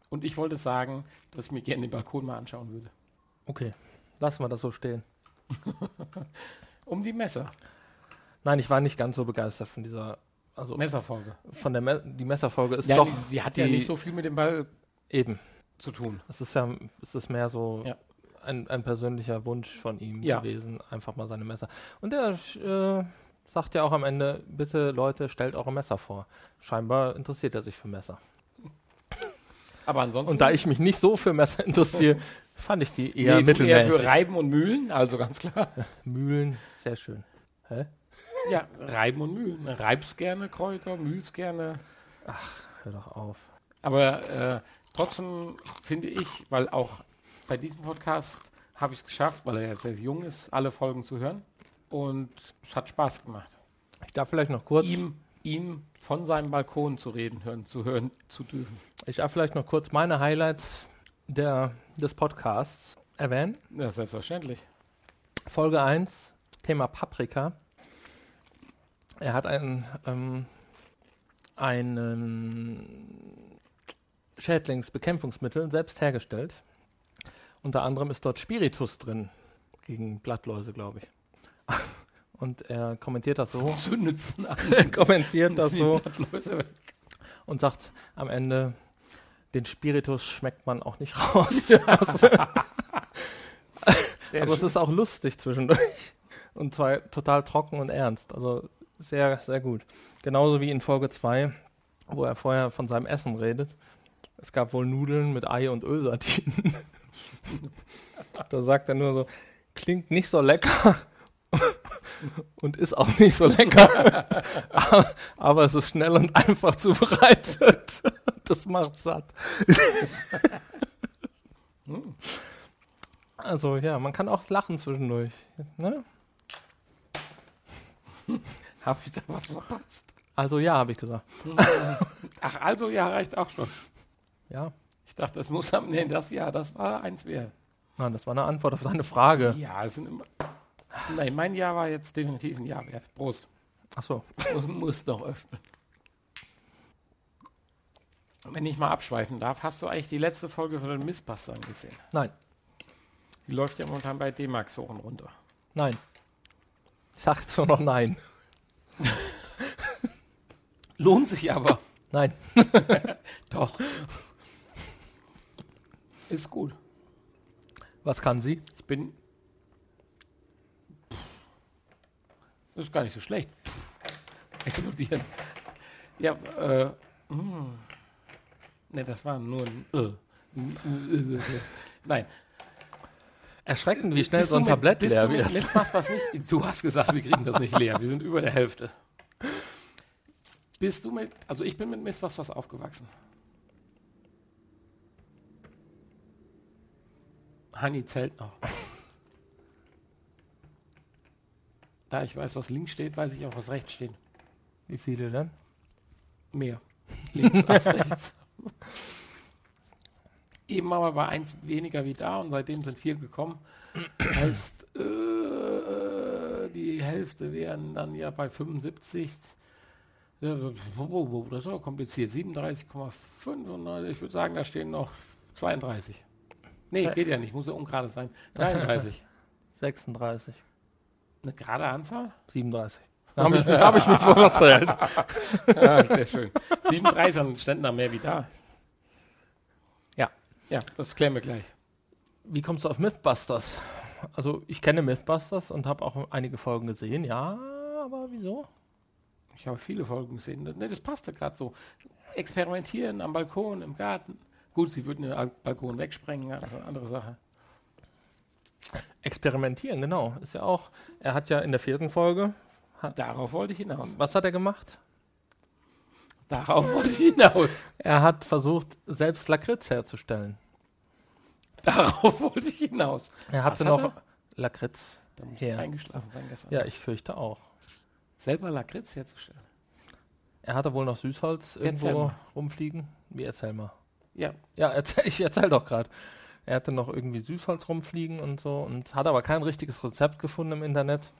Und ich wollte sagen, dass ich mir gerne den Balkon mal anschauen würde.
Okay, lassen wir das so stehen.
Um die Messer.
Nein, ich war nicht ganz so begeistert von dieser, also
Messerfolge.
von der, Me die Messerfolge ist
Ja,
doch
die- sie hat
die-
ja nicht so viel mit dem Ball
eben.
zu tun.
Es ist ja, es ist mehr so
Ja.
ein, ein persönlicher Wunsch von ihm
Ja.
gewesen, einfach mal seine Messer. Und er äh, sagt ja auch am Ende, bitte Leute, stellt eure Messer vor. Scheinbar interessiert er sich für Messer.
Aber ansonsten.
Und da ich mich nicht so für Messer <laughs> interessiere, fand ich die eher
Hm. nee, du eher
mittelmäßig.
für Reiben und Mühlen, also ganz klar.
Mühlen, sehr schön. Hä?
Ja, reiben und mühlen. Reibst gerne Kräuter, mühlst gerne.
Hör doch auf.
Aber äh, trotzdem finde ich, weil auch bei diesem Podcast habe ich es geschafft, weil er jetzt sehr jung ist, alle Folgen zu hören. Und es hat Spaß gemacht.
Ich darf vielleicht noch kurz.
Ihm, ihm von seinem Balkon zu reden, hören, zu hören, zu dürfen.
Ich darf vielleicht noch kurz meine Highlights der, des Podcasts erwähnen.
Ja,
<laughs>
selbstverständlich.
Folge 1, Thema Paprika. Er hat einen, ähm, einen Schädlingsbekämpfungsmittel selbst hergestellt. Unter anderem ist dort Spiritus drin. gegen Blattläuse, glaube ich. <laughs> Und er kommentiert das so,
Zündet <laughs> es an.
<laughs> kommentiert das
Die <laughs>
so
Blattläuse weg.
und sagt am Ende, den Spiritus schmeckt man auch nicht <laughs> raus. also
Sehr
es
schön.
ist auch lustig zwischendurch. Und zwar total trocken und ernst. Also sehr, sehr gut. Genauso wie in Folge 2, wo er vorher von seinem Essen redet. Es gab wohl Nudeln mit Ei und Ölsardinen. <laughs> da sagt er nur so, klingt nicht so lecker <laughs> und ist auch nicht so lecker. <laughs> aber, aber es ist schnell und einfach zubereitet. <laughs> das macht satt. <laughs>
Hm.
Also ja, man kann auch lachen zwischendurch. Ne?
Habe ich da was verpasst?
Also ja, habe ich gesagt.
Ach, also ja, reicht auch schon.
Ja.
Ich dachte, das muss am nee, das ja, das war eins wert.
Nein, das war eine Antwort auf deine Frage.
Ja, es sind immer. Nein, mein Jahr war jetzt definitiv ein Jahr wert. Prost.
Achso.
muss, muss noch öffnen. Wenn ich mal abschweifen darf, hast du eigentlich die letzte Folge von den Missbustern gesehen?
Nein,
Die läuft ja momentan bei D-Max hoch und runter.
nein. Ich sag jetzt nur noch nein.
Lohnt sich aber.
Nein.
Doch. Ist gut.
Was kann sie?
Ich bin. Pff. Ist gar nicht so schlecht. Pff. Explodieren. Ja, äh. mm. Ne, das war nur ein. Äh. Nein.
Erschreckend, wie schnell
Bist
so ein
du mit-
Tablett
bist
leer
du mit
wird.
Missmaß was nicht. Du hast gesagt, wir kriegen das nicht leer. Wir sind über der Hälfte. Bist du mit. Also ich bin mit Mistbusters aufgewachsen. Hanni zählt noch. Da ich weiß, was links steht, weiß ich auch, was rechts steht.
Wie viele denn?
Mehr. Links als rechts. Eben aber war eins weniger wie da und seitdem sind vier gekommen. Heißt, äh, die Hälfte wären dann ja bei 75. Ja, das ist aber kompliziert. 37,5 und dann, ich würde sagen, da stehen noch 32. Nee, geht ja nicht, muss ja ungerade sein. 33.
36.
Eine gerade Anzahl?
37. <laughs> Da habe ich, da hab ich mich wohl verzählt.
Ah, sehr schön. 37 und ständen da mehr wie da.
Ja.
Ja, das klären wir gleich.
Wie kommst du auf Mythbusters? Also, ich kenne Mythbusters und habe auch einige Folgen gesehen, ja, aber wieso?
Ich habe viele Folgen gesehen. Ne, das passte gerade so. Experimentieren am Balkon, im Garten. Gut, sie würden den Al- Balkon wegsprengen, ja, das ist eine andere Sache.
Experimentieren, genau. Ist ja auch. Er hat ja in der vierten Folge.
Darauf wollte ich hinaus.
Was hat er gemacht?
Darauf <laughs> wollte ich hinaus.
Er hat versucht, selbst Lakritz herzustellen.
Darauf wollte ich hinaus.
Er hatte
Was
noch
hat
Lakritz.
Da muss
Ja.
ich eingeschlafen sein gestern.
Ja, ich fürchte auch.
Selber Lakritz herzustellen.
Er hatte wohl noch Süßholz
Erzähl
irgendwo
mal.
rumfliegen. Wie erzähl mal.
Ja,
Ja, erzähl, <laughs> ich erzähl doch gerade. Er hatte noch irgendwie Süßholz rumfliegen und so und hat aber kein richtiges Rezept gefunden im Internet.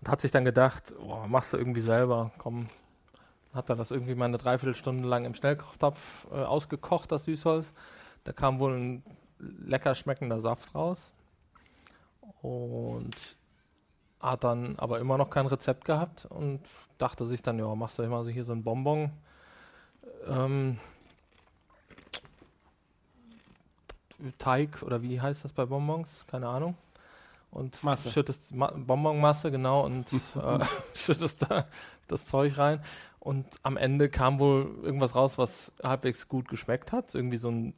Und hat sich dann gedacht, boah, machst du irgendwie selber, komm. Hat er das irgendwie mal eine Dreiviertelstunde lang im Schnellkochtopf äh, ausgekocht, das Süßholz. Da kam wohl ein lecker schmeckender Saft raus. Und hat dann aber immer noch kein Rezept gehabt und dachte sich dann, ja, machst du immer so hier so ein Bonbon. Ähm, Teig oder wie heißt das bei Bonbons? Keine Ahnung. Und
Masse.
schüttest Ma Bonbonmasse, genau, und äh, <laughs> schüttest da das Zeug rein. Und am Ende kam wohl irgendwas raus, was halbwegs gut geschmeckt hat. Irgendwie so ein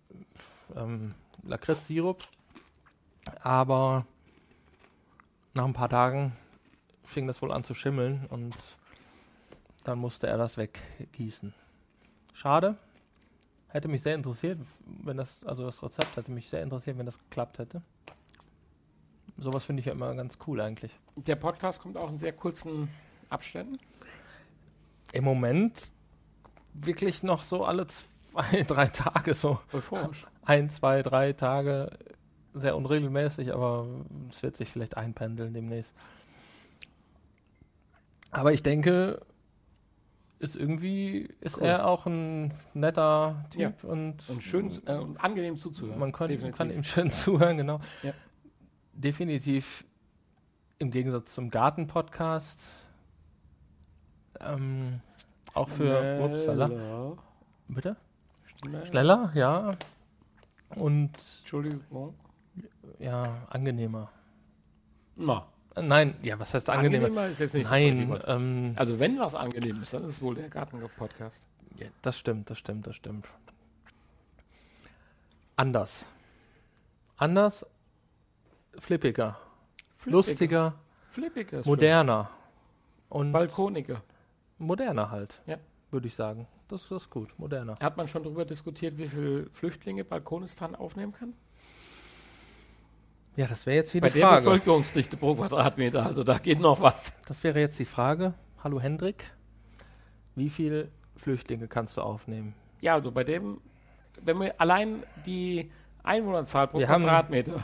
ähm, Lakritz-Sirup. Aber nach ein paar Tagen fing das wohl an zu schimmeln und dann musste er das weggießen. Schade. Hätte mich sehr interessiert, wenn das, also das Rezept hätte mich sehr interessiert, wenn das geklappt hätte. Sowas finde ich ja immer ganz cool eigentlich.
der Podcast kommt auch in sehr kurzen Abständen.
Im Moment wirklich noch so alle zwei, <laughs> drei Tage, so
Euphorisch.
ein, zwei, drei Tage, sehr unregelmäßig, aber es wird sich vielleicht einpendeln demnächst. Aber ich denke, ist irgendwie ist
Cool.
er auch ein netter Typ und,
Und schön äh, und angenehm zuzuhören.
man kann, <laughs>
definitiv.
kann ihm schön zuhören, genau.
Ja.
definitiv im Gegensatz zum Garten-Podcast ähm, auch für Upsala. Bitte?
Schneller.
Schneller, ja. Und
Entschuldigung.
ja, angenehmer.
Na,
Äh, Nein, ja, was heißt angenehmer?
ist jetzt nicht das
Nein,
richtige Wort.
ähm,
Also wenn was angenehm ist, dann ist es wohl der Garten-Podcast.
ja, das stimmt, das stimmt, das stimmt. Anders. Anders, flippiger, lustiger,
Flippiger. ist
moderner. Und
schön. Balkoniger.
moderner halt,
Ja.
würde ich sagen. Das, das ist gut, moderner.
Hat man schon darüber diskutiert, wie viele Flüchtlinge Balkonistan aufnehmen kann?
Ja, das wäre jetzt wieder
Bei
die
der
Frage.
Bevölkerungsdichte pro Quadratmeter, also da geht noch was.
Das wäre jetzt die Frage. Hallo Hendrik, wie viele Flüchtlinge kannst du aufnehmen?
Ja, also bei dem, wenn wir allein die Einwohnerzahl pro
Wir haben-
Quadratmeter.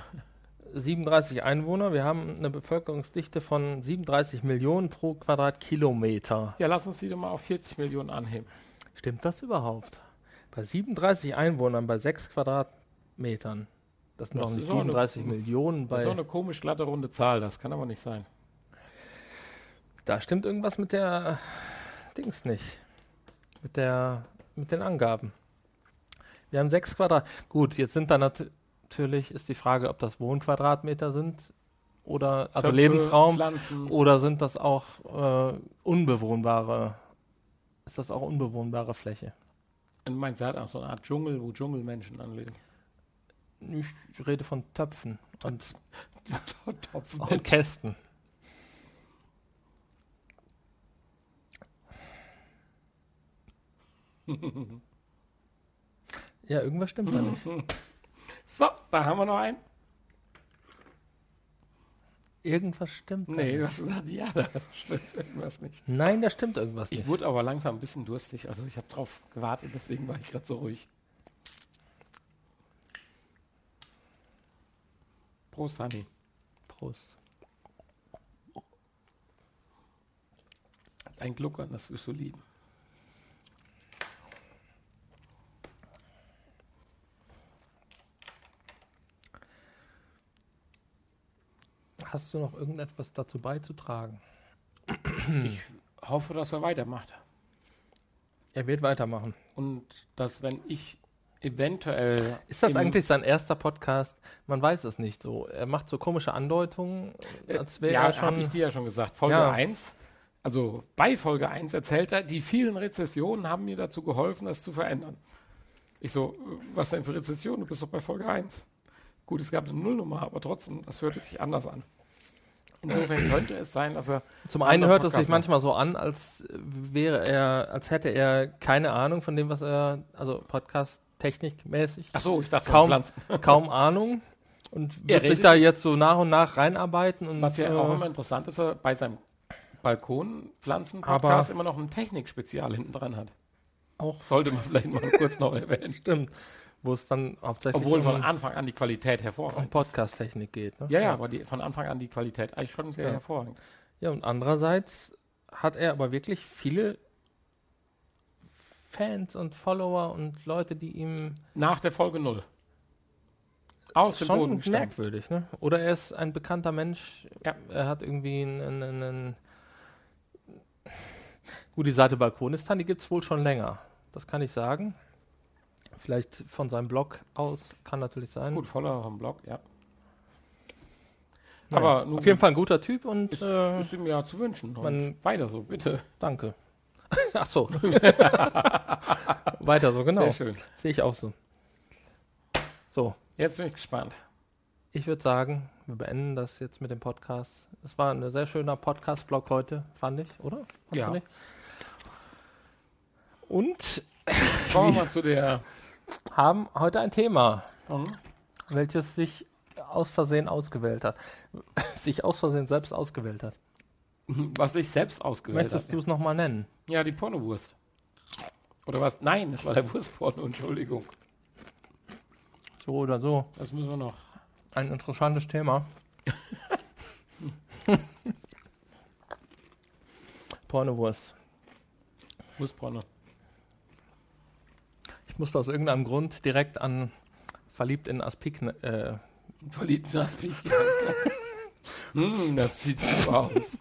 37 Einwohner, wir haben eine Bevölkerungsdichte von 37 Millionen pro Quadratkilometer.
Ja, lass uns die doch mal auf 40 Millionen anheben.
Stimmt das überhaupt? Bei 37 Einwohnern bei 6 Quadratmetern. Das sind
Das
doch nicht
ist auch eine- Hm.
37 Millionen
Das ist
bei.
so eine komisch glatte runde Zahl, das kann aber nicht sein.
Da stimmt irgendwas mit der Dings nicht. Mit der mit den Angaben. Wir haben sechs Quadrat. Gut, jetzt sind da nat natürlich ist die Frage, ob das Wohnquadratmeter sind oder also
Töpfe,
Lebensraum
Pflanzen.
oder sind das auch äh, unbewohnbare ist das auch unbewohnbare Fläche?
Und mein hat auch so eine Art Dschungel, wo Dschungelmenschen <laughs> anlegen.
Ich rede von Töpfen und,
Topf. <laughs>
und Kästen. <laughs> Ja, irgendwas stimmt da nicht.
So, da haben wir noch einen.
Irgendwas stimmt da
Nee,
nicht.
du hast gesagt, ja, da <laughs> stimmt irgendwas nicht.
Nein, da stimmt irgendwas
Ich
nicht.
wurde aber langsam ein bisschen durstig, also ich habe drauf gewartet, deswegen war ich gerade so ruhig. Prost, Hanni.
Prost.
Ein Gluckern, das wirst du lieben.
Hast du noch irgendetwas dazu beizutragen?
Ich hoffe, dass er weitermacht.
Er wird weitermachen.
Und dass, wenn ich eventuell.
Ist das
im-
eigentlich sein erster Podcast? Man weiß es nicht so. Er macht so komische Andeutungen,
Äh,
als wäre
ja,
er
habe ich
schon.
dir ja schon gesagt. Folge
Ja.
1, also bei Folge 1 erzählt er, die vielen Rezessionen haben mir dazu geholfen, das zu verändern. Ich so, äh, was denn für Rezession? Du bist doch bei Folge 1. Gut, es gab eine Nullnummer, aber trotzdem, das hörte sich anders an.
<clears throat>
Insofern könnte es sein, dass er
Zum einen
anderen
hört es
Podcast
sich manchmal so an, als wäre er, als hätte er keine Ahnung von dem, was er, also Podcast-Technikmäßig,
Ach so, ich dachte von
Kaum.
Pflanzen.
<laughs> kaum Ahnung. Und
Er
wird sich
redet-
da jetzt so nach und nach reinarbeiten und
Was ja
äh,
auch immer interessant ist, er bei seinem Balkonpflanzen-Podcast immer noch ein Technikspezial hinten dran hat.
auch
Sollte man vielleicht mal kurz noch
<laughs>
erwähnen.
stimmt, wo es dann hauptsächlich
Obwohl von
um,
Anfang an die Qualität hervorragend
um Podcast-Technik geht. Ne?
Ja, ja, aber die, von Anfang an die Qualität eigentlich schon sehr
Ja.
hervorragend.
Ja, und andererseits hat er aber wirklich viele Fans und Follower und Leute, die ihm
Nach der Folge 0. Aus dem Boden
schon
gestampft.
merkwürdig, ne? Oder er ist ein bekannter Mensch,
Ja.
er hat irgendwie einen, einen, einen Gut, die Seite Balkonistan, die gibt es wohl schon länger. Das kann ich sagen. Vielleicht von seinem Blog aus, kann natürlich sein.
Gut, voller vom Blog, ja.
Naja,
aber nun-
auf jeden Fall ein guter Typ und
Ist,
äh,
ist ihm ja zu wünschen. Und
man-
weiter so, bitte.
danke. <laughs> Ach
<laughs>
so. Weiter so, genau.
Sehr schön.
Sehe ich auch so. So,
Jetzt bin ich gespannt.
ich würde sagen, wir beenden das jetzt mit dem Podcast. Es war ein sehr schöner Podcast-Blog heute, fand ich, oder? Fandst
Ja.
du nicht? Und
Kommen wir mal zu der.
haben heute ein Thema,
Hm?
welches sich aus Versehen ausgewählt hat. <laughs> sich aus Versehen selbst ausgewählt hat.
Was ich selbst ausgewählt
Möchtest du
habe.
es nochmal nennen?
Ja, die Pornowurst. Oder was? Nein, das war der Wurstporno, Entschuldigung.
So oder so.
Das müssen wir noch.
Ein interessantes
<laughs>
Thema. Pornowurst.
Wurstporno.
Ich musste aus irgendeinem Grund direkt an Verliebt in Aspik äh,
Einen verliebten Aspik, ja, ist klar.
<laughs>
Hm, das sieht super aus.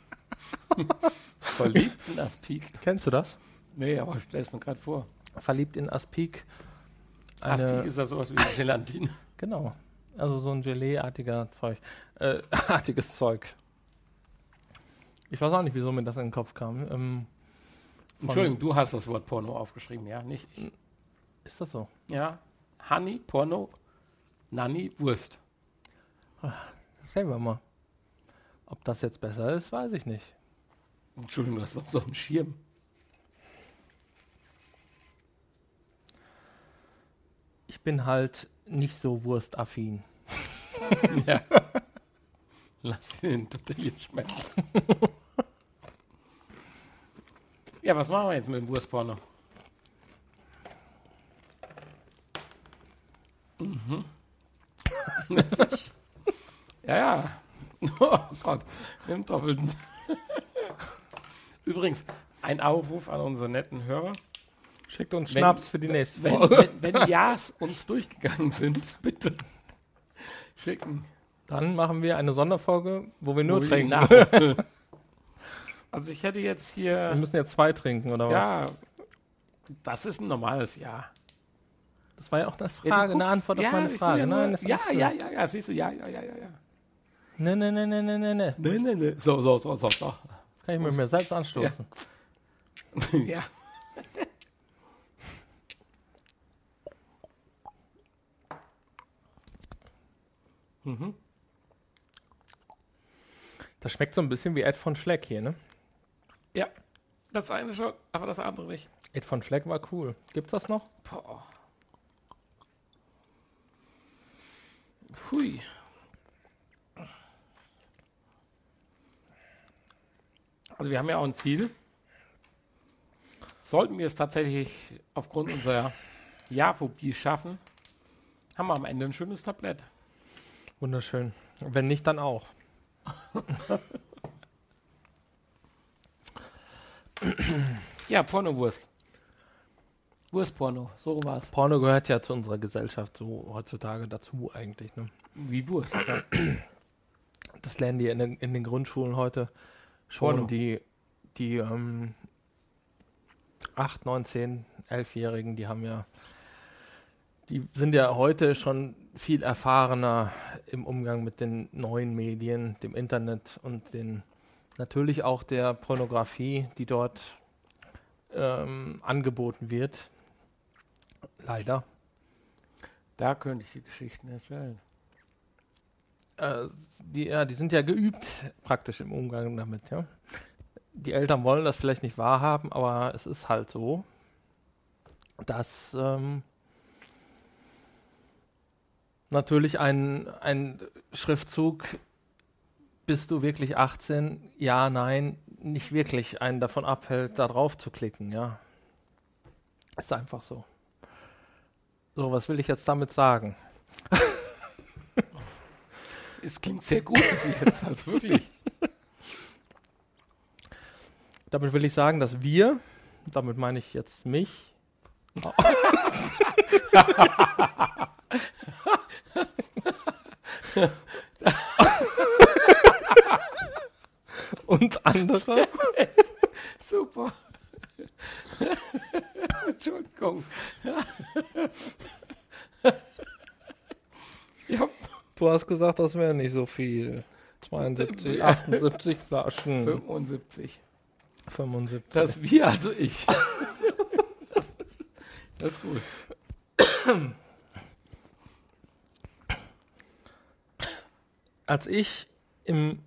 Verliebten Aspik.
Kennst du das?
Nee, aber ich stelle es mir gerade vor.
Verliebt in Aspik. Eine,
Aspik ist ja sowas wie
<laughs>
Gelatine.
Genau. Also so ein Gelee-artiger Zeug. Äh, <laughs> artiges Zeug. Ich weiß auch nicht, wieso mir das in den Kopf kam. Ähm, von-
Entschuldigung, du hast das Wort Porno aufgeschrieben, ja, nicht ich.
Ist das so?
Ja, Honey, Porno, Nanny, Wurst.
Das sehen wir mal. Ob das jetzt besser ist, weiß ich nicht.
Entschuldigung, du hast doch so einen Schirm.
Ich bin halt nicht so wurstaffin.
Ja. <laughs> Lass den Tortillien schmecken. <laughs> ja, was machen wir jetzt mit dem Wurstporno? Mhm. <laughs> Das ist- <laughs> ja, ja. <laughs> Oh Gott, im Doppelten. Übrigens, ein Aufruf an unsere netten Hörer.
Schickt uns
Wenn-
Schnaps für die nächste
<laughs> Wenn,
Folge.
wenn, wenn Ja's uns durchgegangen sind, bitte schicken.
<laughs> Dann machen wir eine Sonderfolge, wo wir nur
Ui,
trinken.
na. also ich hätte jetzt
<laughs> Wir
hier.
müssen jetzt zwei trinken, oder was?
Ja, das ist ein normales Ja.
Das war ja auch eine Frage,
Ja, du
eine
guckst-
Antwort
ja,
auf meine
ich will
Frage. Ne,
Ja, nur-
Nein, das ist
ja,
alles
ja,
klar.
ja, ja, siehst du, ja, ja, ja, ja, ja.
Nee, nee, nee, nee, nee, nee, nee.
Nee, nee, nee. So, so, so, so, so.
Kann ich mir, mir selbst anstoßen.
ja.
Das schmeckt so ein bisschen wie Ed von Schleck hier, ne?
Ja. Das eine schon, aber das andere nicht.
Ed von Schleck war cool. Gibt's das noch?
Boah. Hui. Also wir haben ja auch ein Ziel. Sollten wir es tatsächlich aufgrund unserer Jahrphobie schaffen, haben wir am Ende ein schönes Tablett.
Wunderschön. Wenn nicht, dann auch.
Ja, Pornowurst. Wurstporno, so war's.
Porno gehört ja zu unserer Gesellschaft so heutzutage dazu eigentlich, ne?
Wie Wurst.
das lernen die in den, in den Grundschulen heute schon,
Porno.
die, die ähm, 8, 9, 10, 11-Jährigen, die haben ja, die sind ja heute schon viel erfahrener im Umgang mit den neuen Medien, dem Internet und den natürlich auch der Pornografie, die dort ähm, angeboten wird. Leider.
Da könnte ich die Geschichten erzählen.
äh, die, ja, die sind ja geübt praktisch im Umgang damit, ja. Die Eltern wollen das vielleicht nicht wahrhaben, aber es ist halt so, dass ähm, natürlich ein, ein Schriftzug, bist du wirklich 18? Ja, nein, nicht wirklich einen davon abhält, da drauf zu klicken, ja. Ist einfach so. So, was will ich jetzt damit sagen?
Es klingt sehr gut bis jetzt, also wirklich.
Damit will ich sagen, dass wir, damit meine ich jetzt mich, <laughs> und andere,
Super. <laughs> Entschuldigung. ja,
du hast gesagt, das wäre nicht so viel. 72, 78 Flaschen,
75.
75.
Das wir, also ich. das ist gut.
als ich im,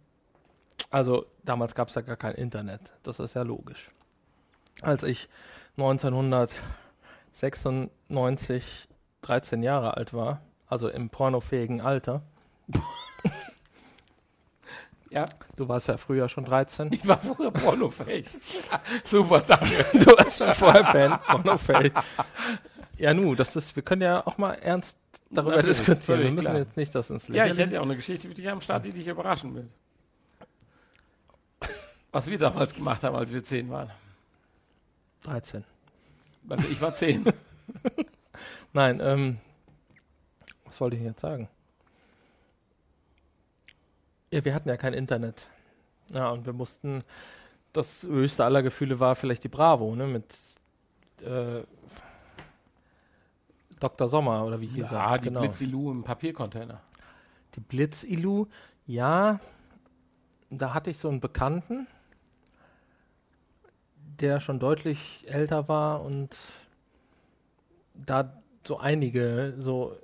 also damals gab es ja gar kein Internet, das ist ja logisch. Als ich 1996 13 Jahre alt war, also im pornofähigen Alter,
<laughs> Ja,
du warst ja früher schon 13,
ich war vorher pornofähig. <laughs> Super, danke.
<laughs> du warst schon vorher Band, pornofähig. Ja, nu, das ist, wir können ja auch mal ernst darüber
Natürlich,
diskutieren. Wir
völlig
müssen
klar.
jetzt nicht das ins
Ja, ich
Lächerliche-
hätte ja auch eine Geschichte für dich am Start, die dich überraschen wird. Was wir damals gemacht haben, als wir 10 waren.
13.
Also ich war 10.
Nein, ähm, was wollte ich denn jetzt sagen? Ja, wir hatten ja kein Internet. Ja, und wir mussten, das höchste aller Gefühle war vielleicht die Bravo, ne, mit äh, Dr. Sommer oder wie hier
Ja, die Blitzilu im Papiercontainer.
Die Blitz-Ilu, ja, da hatte ich so einen Bekannten, der schon deutlich älter war und da so einige so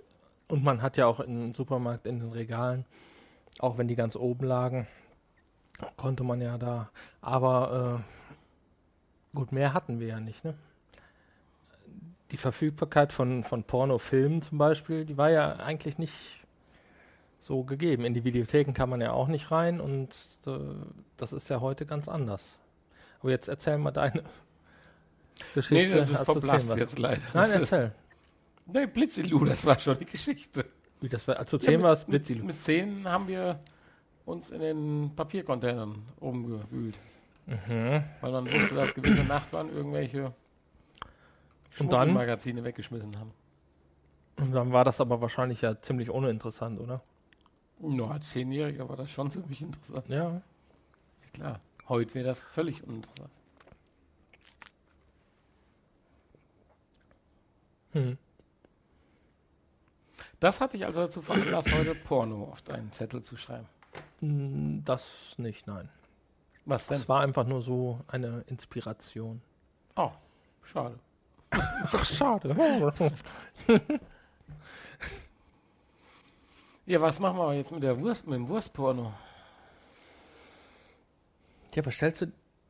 und man hat ja auch im Supermarkt in den Regalen, auch wenn die ganz oben lagen, konnte man ja da, aber äh, gut, mehr hatten wir ja nicht, ne? Die Verfügbarkeit von, von Pornofilmen zum Beispiel, die war ja eigentlich nicht so gegeben. In die Videotheken kann man ja auch nicht rein und äh, das ist ja heute ganz anders. Aber jetzt erzähl mal deine Geschichte.
Nee, das ist
als du
verblasst
zehn warst.
jetzt leider.
Nein,
das ist,
erzähl.
nee, Blitzilu, das war schon die Geschichte.
Wie das war, als du
Ja,
zehn warst,
mit,
Blitzilu.
mit, mit 10 haben wir uns in den Papiercontainern rumgewühlt.
Mhm.
Weil man wusste, dass gewisse Nachbarn irgendwelche
Und dann?
Magazine weggeschmissen haben.
Und dann war das aber wahrscheinlich ja ziemlich uninteressant, oder?
Nur als Zehnjähriger war das schon ziemlich interessant.
Ja.
Ja, klar. Heute wäre das völlig uninteressant.
Hm.
Das hatte ich also dazu veranlasst, heute Porno auf deinen Zettel zu schreiben.
Mm, Das nicht, nein.
Was denn?
Das war einfach nur so eine Inspiration.
Oh, schade.
Ach, <laughs> schade.
Ja, was machen wir jetzt mit der Wurst, mit dem Wurstporno?
ja, was stellst du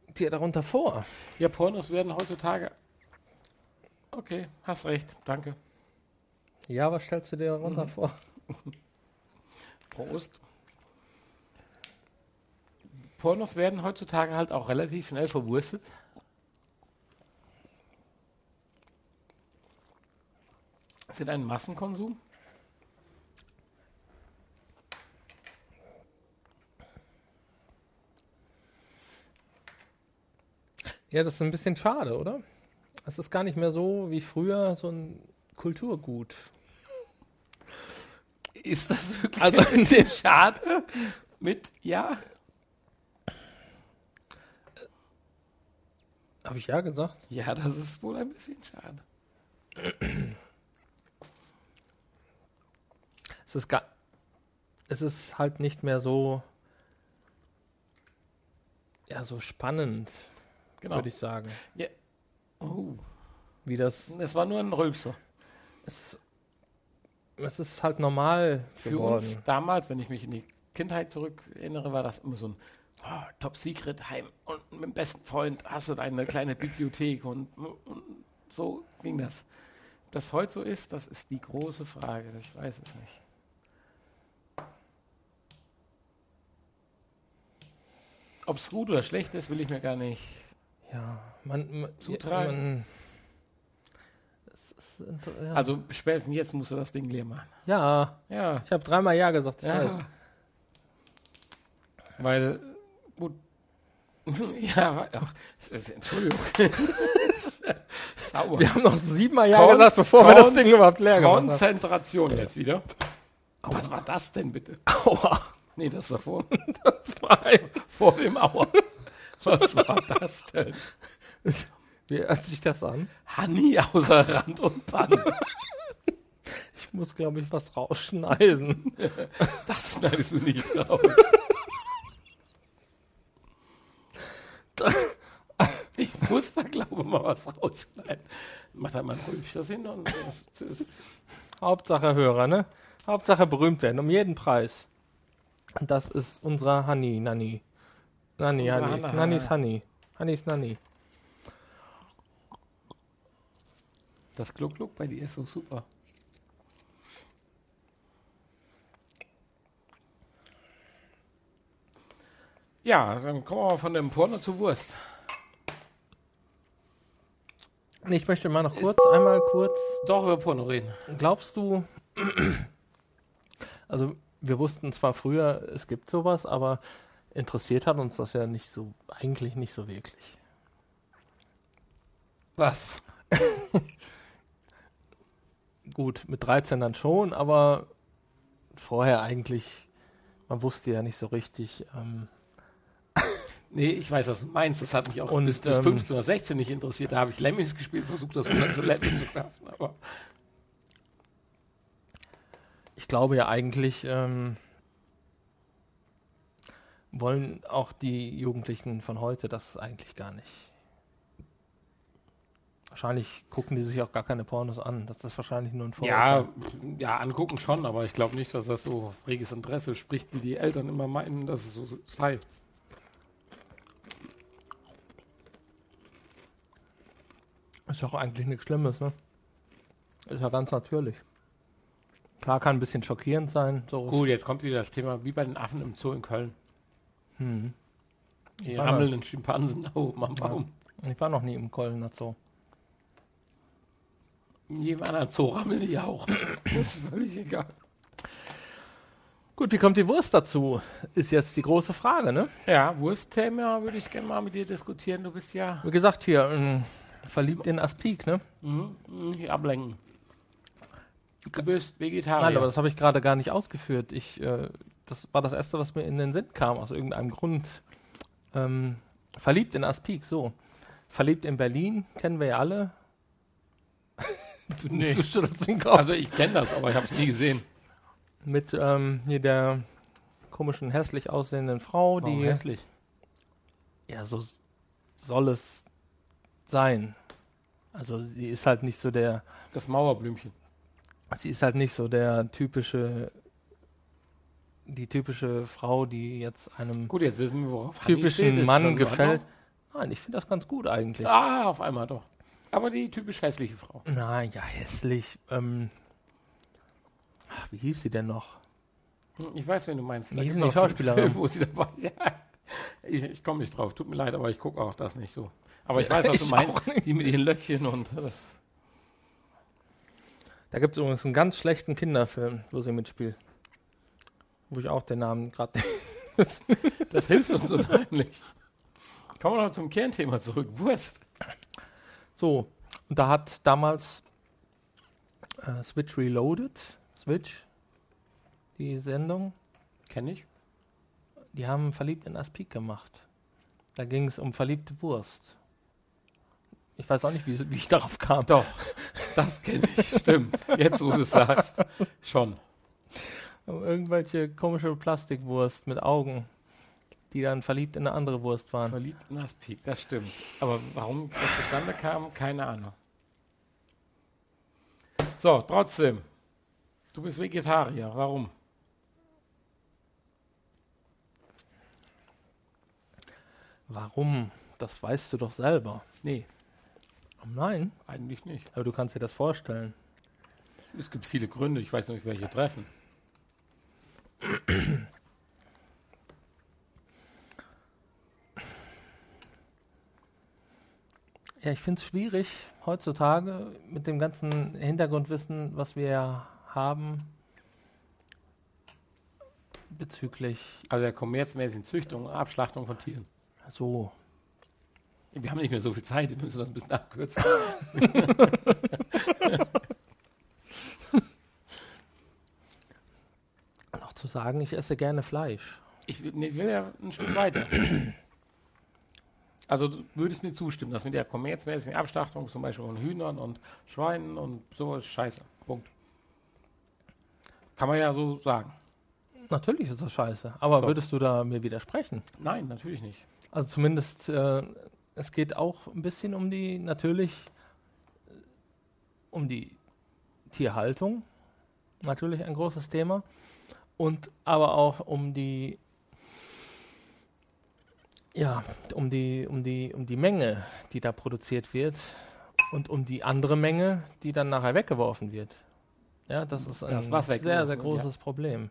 dir darunter vor?
Ja, Pornos werden heutzutage. Okay, hast recht, danke.
Ja, was stellst du dir darunter vor?
Prost. Pornos werden heutzutage halt auch relativ schnell verwurstet. Sind ein Massenkonsum.
Ja, das ist ein bisschen schade, oder? Es ist gar nicht mehr so wie früher so ein Kulturgut.
Ist das wirklich <laughs>
Also-
ein bisschen schade? Mit, ja.
Habe ich ja gesagt.
Ja, das ist wohl ein bisschen schade.
Es ist, gar, es ist halt nicht mehr so, ja, so spannend,
Genau.
würde ich sagen.
Oh,
Wie das,
es war nur ein Rülpser.
es, es ist halt normal
Für
geworden.
uns damals, wenn ich mich in die Kindheit zurück erinnere, war das immer so ein oh, Top Secret Heim und mit dem besten Freund hast du deine kleine Bibliothek und, und so ging das. Ob Das heute so ist, das ist die große Frage. Ich weiß es nicht. Ob es gut oder schlecht ist, will ich mir gar nicht.
Ja, man, man,
Zutragen.
man es ist, inter- ja.
Also spätestens jetzt musst du das Ding leer machen.
ja,
Ja.
ich habe dreimal ja gesagt. ich weiß.
Ja. Weil, gut. <laughs> ja, wa- ach, es ist, Entschuldigung.
<laughs>
Sauber.
Wir haben noch siebenmal ja
Kon-
gesagt, bevor wir das
Kon-
Ding überhaupt leer gemacht ne? haben.
Konzentration jetzt wieder. Was war das denn bitte?
Aua.
Nee, das davor. <laughs>
Nein.
Vor dem Auer. Was war das denn?
<laughs> Wie hört sich das an?
Hanni außer Rand und Band.
Ich muss, glaube ich, was rausschneiden.
Das schneidest du nicht raus.
<laughs>
Ich muss da, glaube ich, mal was rausschneiden. Mach da mal ein Rülpchen hin und.
Hauptsache Hörer, ne? Hauptsache berühmt werden, um jeden Preis. Und das ist unsere Honey, Nanny. Nanny,
Unsere
Honey.
Hanna,
Nanny's Honey. Honey's Nanny.
Das Gluck-Gluck bei dir ist so super. Ja, dann kommen wir mal von dem Porno zur Wurst.
Nee, Ich möchte mal noch kurz, einmal kurz.
Doch über Porno reden.
Glaubst du, <clears throat> also wir wussten zwar früher, es gibt sowas, aber interessiert hat uns das ja nicht so, eigentlich nicht so wirklich. <laughs>
Was?
gut, mit 13 dann schon, aber vorher eigentlich man wusste ja nicht so richtig. Ähm,
Nee, ich weiß, was du meinst. Das hat mich auch
Und,
bis, bis
ähm,
15 oder 16 nicht interessiert. Da habe ich Lemmings gespielt, versucht das ganze Level zu schaffen. Aber
ich glaube ja eigentlich ähm, wollen auch die Jugendlichen von heute das eigentlich gar nicht. Wahrscheinlich gucken die sich auch gar keine Pornos an. Das ist wahrscheinlich nur ein Vorurteil.
ja, ja, angucken schon, aber ich glaube nicht, dass das so auf reges Interesse spricht, wie die Eltern immer meinen, dass es so sei.
Ist ja auch eigentlich nichts Schlimmes, ne? Ist ja ganz natürlich. Klar kann ein bisschen schockierend sein. So.
Gut, jetzt kommt wieder das Thema, wie bei den Affen im Zoo in Köln.
Hm.
Die
Ja.
rammelnden Schimpansen da oben am
Ja.
Baum.
Ich war noch nie im Kölner Zoo.
In jedem anderen Zoo rammeln die auch. Das ist völlig egal.
Gut, wie kommt die Wurst dazu? Ist jetzt die große Frage, ne?
Ja, Wurstthema würde ich gerne mal mit dir diskutieren. Du bist ja
Wie gesagt, hier, ähm, verliebt in Aspik, ne?
Mhm, mhm, hier ablenken. Du bist Vegetarier.
Nein,
<laughs>
aber das habe ich gerade gar nicht ausgeführt. Ich, äh, das war das Erste, was mir in den Sinn kam, aus irgendeinem Grund. Ähm, verliebt in Aspik, so. Verliebt in Berlin, kennen wir ja alle. <laughs> du,
Nee.
du schüttelst den Kopf.
also ich kenne das, aber ich habe es nie gesehen.
Mit ähm, hier der komischen, hässlich aussehenden Frau, Oh, die.
hässlich?
ja, so s- soll es sein. Also sie ist halt nicht so der,
Das Mauerblümchen.
sie ist halt nicht so der typische, die typische Frau, die jetzt einem
Gut, jetzt wissen wir, worauf Hanni steht.
typischen
Ist
Mann
schon in
gefällt. Nein, ich finde das ganz gut eigentlich.
Ordnung. Ah, auf einmal doch. Aber die typisch hässliche Frau.
Na ja, hässlich. Ähm, ach, wie hieß sie denn noch?
Hm, Ich weiß, wen du meinst.
Nee,
gibt's
die
auch so einen
Schauspielerin.
Film, wo sie dabei <laughs> ja. Ich, ich komme nicht drauf. Tut mir leid, aber ich gucke auch das nicht so. Aber ich weiß, was du
Ich
meinst.
auch nicht.
Die mit ihren Löckchen und das.
Da gibt es übrigens einen ganz schlechten Kinderfilm, wo sie mitspielt. Wo ich auch den Namen gerade
Das hilft uns unheimlich. Kommen wir noch zum Kernthema zurück. Wurst.
<laughs> So, und da hat damals äh, Switch Reloaded, Switch, die Sendung,
Kenne ich.
die haben Verliebt in Aspik gemacht. Da ging es um verliebte Wurst. Ich weiß auch nicht, wie, wie ich darauf kam.
Doch, das kenne ich. Stimmt. Jetzt, wo du es sagst. Schon.
Um irgendwelche komische Plastikwurst mit Augen, die dann verliebt in eine andere Wurst waren.
Verliebt in Aspik, das stimmt. Aber warum das zustande kam, keine Ahnung. So, trotzdem. Du bist Vegetarier. Warum?
Warum? Das weißt du doch selber. Oh
Nee,
Nein,
eigentlich nicht.
aber du kannst dir das vorstellen.
Es gibt viele Gründe. Ich weiß noch nicht, welche treffen.
Ja, ich finde es schwierig heutzutage mit dem ganzen Hintergrundwissen, was wir ja haben bezüglich
Also der kommerzmäßigen Züchtung und Abschlachtung von Tieren.
so.
Wir haben nicht mehr so viel Zeit. Wir müssen das ein bisschen abkürzen.
Noch zu sagen, ich esse gerne Fleisch.
Ich will, nee, will ja ein Stück weiter. Also du würdest mir zustimmen, dass mit der kommerzmäßigen Abschlachtung zum Beispiel von Hühnern und Schweinen und sowas scheiße. Punkt. Kann man ja so sagen.
Natürlich ist das scheiße, aber
So.
würdest du da mir widersprechen?
Nein, natürlich nicht.
Also zumindest, äh, es geht auch ein bisschen um die, natürlich, äh, um die Tierhaltung, natürlich ein großes Thema, und aber auch um die, ja, um die, um die, um die Menge, die da produziert wird, und um die andere Menge, die dann nachher weggeworfen wird. Ja, das ist ein
Mhm. Das, was
sehr,
weggeworfen
sehr
wird, ja.
großes Problem.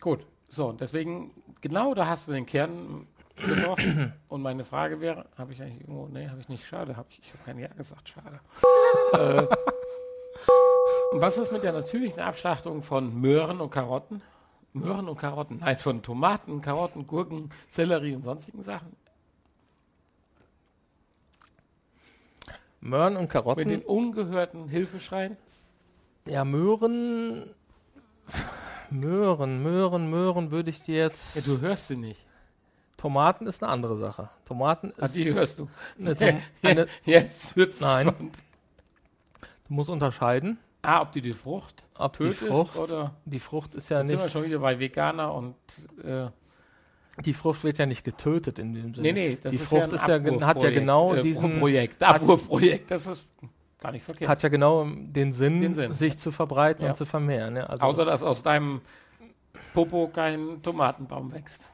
Gut, so, und deswegen, genau da hast du den Kern
<clears throat>
getroffen. Und meine Frage wäre, habe ich eigentlich irgendwo, nee, habe ich nicht, schade, habe ich, ich habe kein Ja gesagt,
<laughs>
schade. äh, und was ist mit der natürlichen Abschlachtung von Möhren und Karotten? Möhren und Karotten, nein, von Tomaten, Karotten, Gurken, Sellerie und sonstigen Sachen.
Möhren und Karotten.
Mit den ungehörten Hilfeschreien.
Ja, Möhren Möhren, Möhren, Möhren würde ich dir jetzt.
Ja, du hörst sie nicht.
Tomaten ist eine andere Sache. Tomaten
Ah,
ist.
die hörst du.
<laughs>
eine Tom eine, du
Jetzt wird's
Nein.
spannend.
musst unterscheiden,
Ah, ob die die Frucht
ob die
tötet
Frucht.
oder
Die Frucht ist ja
Jetzt sind wir
nicht.
schon wieder bei Veganer und äh,
Die Frucht wird ja nicht getötet in dem
nee,
Sinne.
nee, das
die
ist
Frucht
ja
ist ja
ein äh,
gen- hat ja genau
Abwurfprojekt,
diesen-
Projekt, Abwurfprojekt, das ist gar nicht verkehrt.
Hat ja genau den Sinn,
Den Sinn.
sich zu verbreiten
Ja.
und zu vermehren. Ja, also
Außer dass aus deinem Popo kein Tomatenbaum wächst.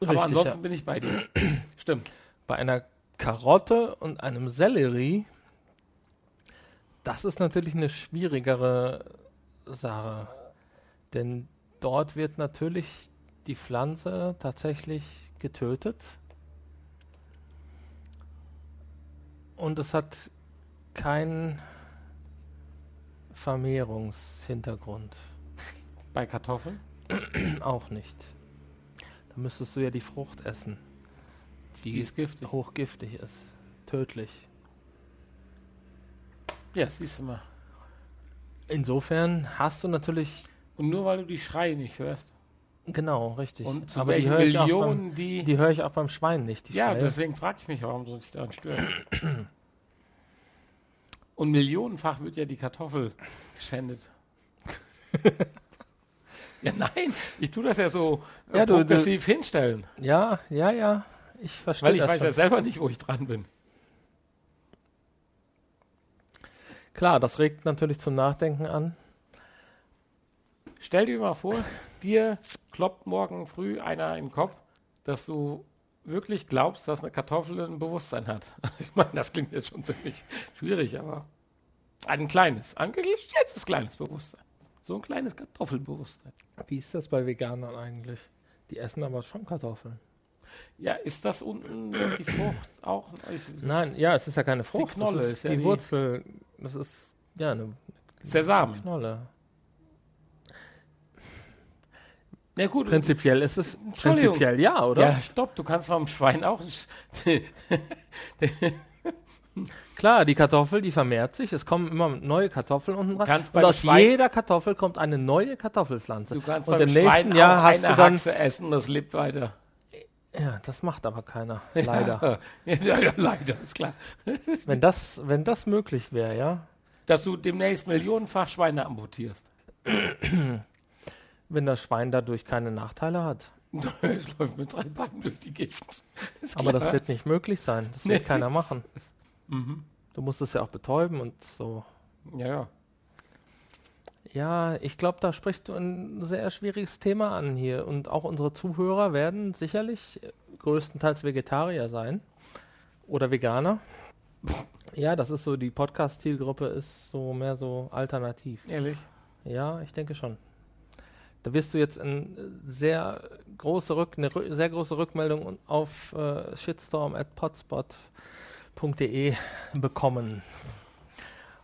richtig,
Aber ansonsten
ja.
bin ich bei
<clears throat>
dir. Stimmt.
bei einer Karotte und einem Sellerie, das ist natürlich eine schwierigere Sache. Denn dort wird natürlich die Pflanze tatsächlich getötet. Und es hat keinen Vermehrungshintergrund. <clears throat>
Bei Kartoffeln?
Auch nicht. Da müsstest du ja die Frucht essen,
Die ist giftig.
hochgiftig ist, tödlich.
Ja, siehst du mal.
Insofern hast du natürlich
Und nur weil du die Schreie nicht hörst.
genau richtig.
Und zu
Aber die
welchen
höre ich, auch beim-
Millionen die...
die höre ich auch beim Schwein nicht. Die
ja,
Schreie.
deswegen frage ich mich, warum soll ich daran stören? Und millionenfach wird ja die Kartoffel geschändet. <laughs> ja, nein, ich tue das ja so äh,
Ja, du- du-
progressiv hinstellen,
ja, ja, ja. Ich verstehe
weil ich
das
weiß
schon.
ja selber nicht, wo ich dran bin.
Klar, das regt natürlich zum Nachdenken an.
Stell dir mal vor, dir kloppt morgen früh einer in den Kopf, dass du wirklich glaubst, dass eine Kartoffel ein Bewusstsein hat. <laughs> Ich meine, das klingt jetzt schon ziemlich schwierig, aber ein kleines, angeblich jetzt ist kleines Bewusstsein. So ein kleines Kartoffelbewusstsein.
Wie ist das bei Veganern eigentlich? Die essen aber schon Kartoffeln.
Ja, ist das unten die Frucht auch? Ich-
Nein, ja, es ist ja keine Frucht.
Knolle
das
ist
ist
ja
die,
die-
Wurzel. Das ist ja eine
Ist der Samen.
Knolle.
Na gut,
Prinzipiell ist es
Entschuldigung.
prinzipiell ja, oder?
ja, stopp, du kannst vom Schwein auch.
Klar, die Kartoffel, die vermehrt sich. Es kommen immer neue Kartoffeln unten dran.
kannst
und
beim
aus
Schwein-
jeder Kartoffel kommt eine neue Kartoffelpflanze.
Du kannst
und
beim
im
Schwein
nächsten Jahr
auch
hast
eine
du dann.
Haxe essen, das lebt weiter.
Ja, das macht aber keiner, leider.
<laughs> Ja, ja, ja, leider, ist klar.
wenn, das, wenn das möglich wäre, ja.
dass du demnächst millionenfach Schweine amputierst. <laughs>
Wenn das Schwein dadurch keine Nachteile hat.
Es läuft mit drei Beinen durch die Gegend. Ist
Aber das
klar.
wird nicht möglich sein. Das wird
Nee.
keiner machen.
Mhm.
Du musst es ja auch betäuben und so.
Ja, ja.
Ja, ich glaube, da sprichst du ein sehr schwieriges Thema an hier. Und auch unsere Zuhörer werden sicherlich äh, größtenteils Vegetarier sein oder Veganer. Ja, das ist so, die Podcast-Zielgruppe ist so mehr so alternativ.
Ehrlich.
Ja, ich denke schon. Da wirst du jetzt ein äh, sehr große Rück, eine rü sehr große Rückmeldung un- auf äh, shitstorm.potspot.de <laughs> bekommen. <laughs>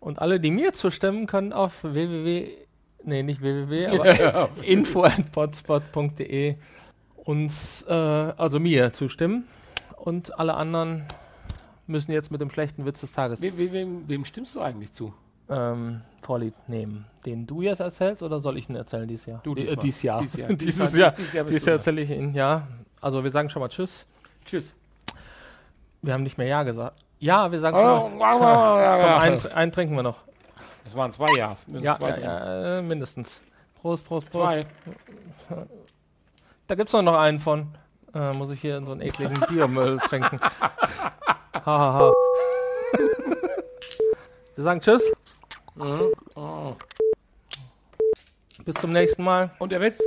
Und alle, die mir zustimmen, können auf www. Nee, nicht
<laughs>
www, aber info.potspot.de uns, äh, also mir zustimmen. Und alle anderen müssen jetzt mit dem schlechten Witz des Tages
Wem, wem, wem, wem stimmst du eigentlich zu?
ähm, vorlieb nehmen. Den du jetzt erzählst oder soll ich ihn erzählen dieses Jahr?
Du
Die-
diesmal.
äh, dies Jahr. <laughs>
Dies Jahr.
Dieses
Diesmal-
Jahr.
dieses Jahr bist
Dieses
du
Jahr
dran.
erzähle ich ihn, ja. Also wir sagen schon mal Tschüss.
Tschüss.
Wir haben nicht mehr Ja gesagt. Ja, wir sagen schon
Oh,
mal. Komm,
Komm,
einen, einen trinken wir noch.
Das waren zwei Jahre. Es müssen
Ja,
zwei
ja,
sein.
ja äh, mindestens. Prost, Prost, Prost.
Zwei.
Da gibt's doch noch einen von. Äh, muss ich hier in so einen
<laughs>
ekligen Biomüll trinken. Hahaha. Ha, ha. Wir sagen Tschüss.
Oh. Mhm.
Bis zum nächsten Mal.
Und der Witz?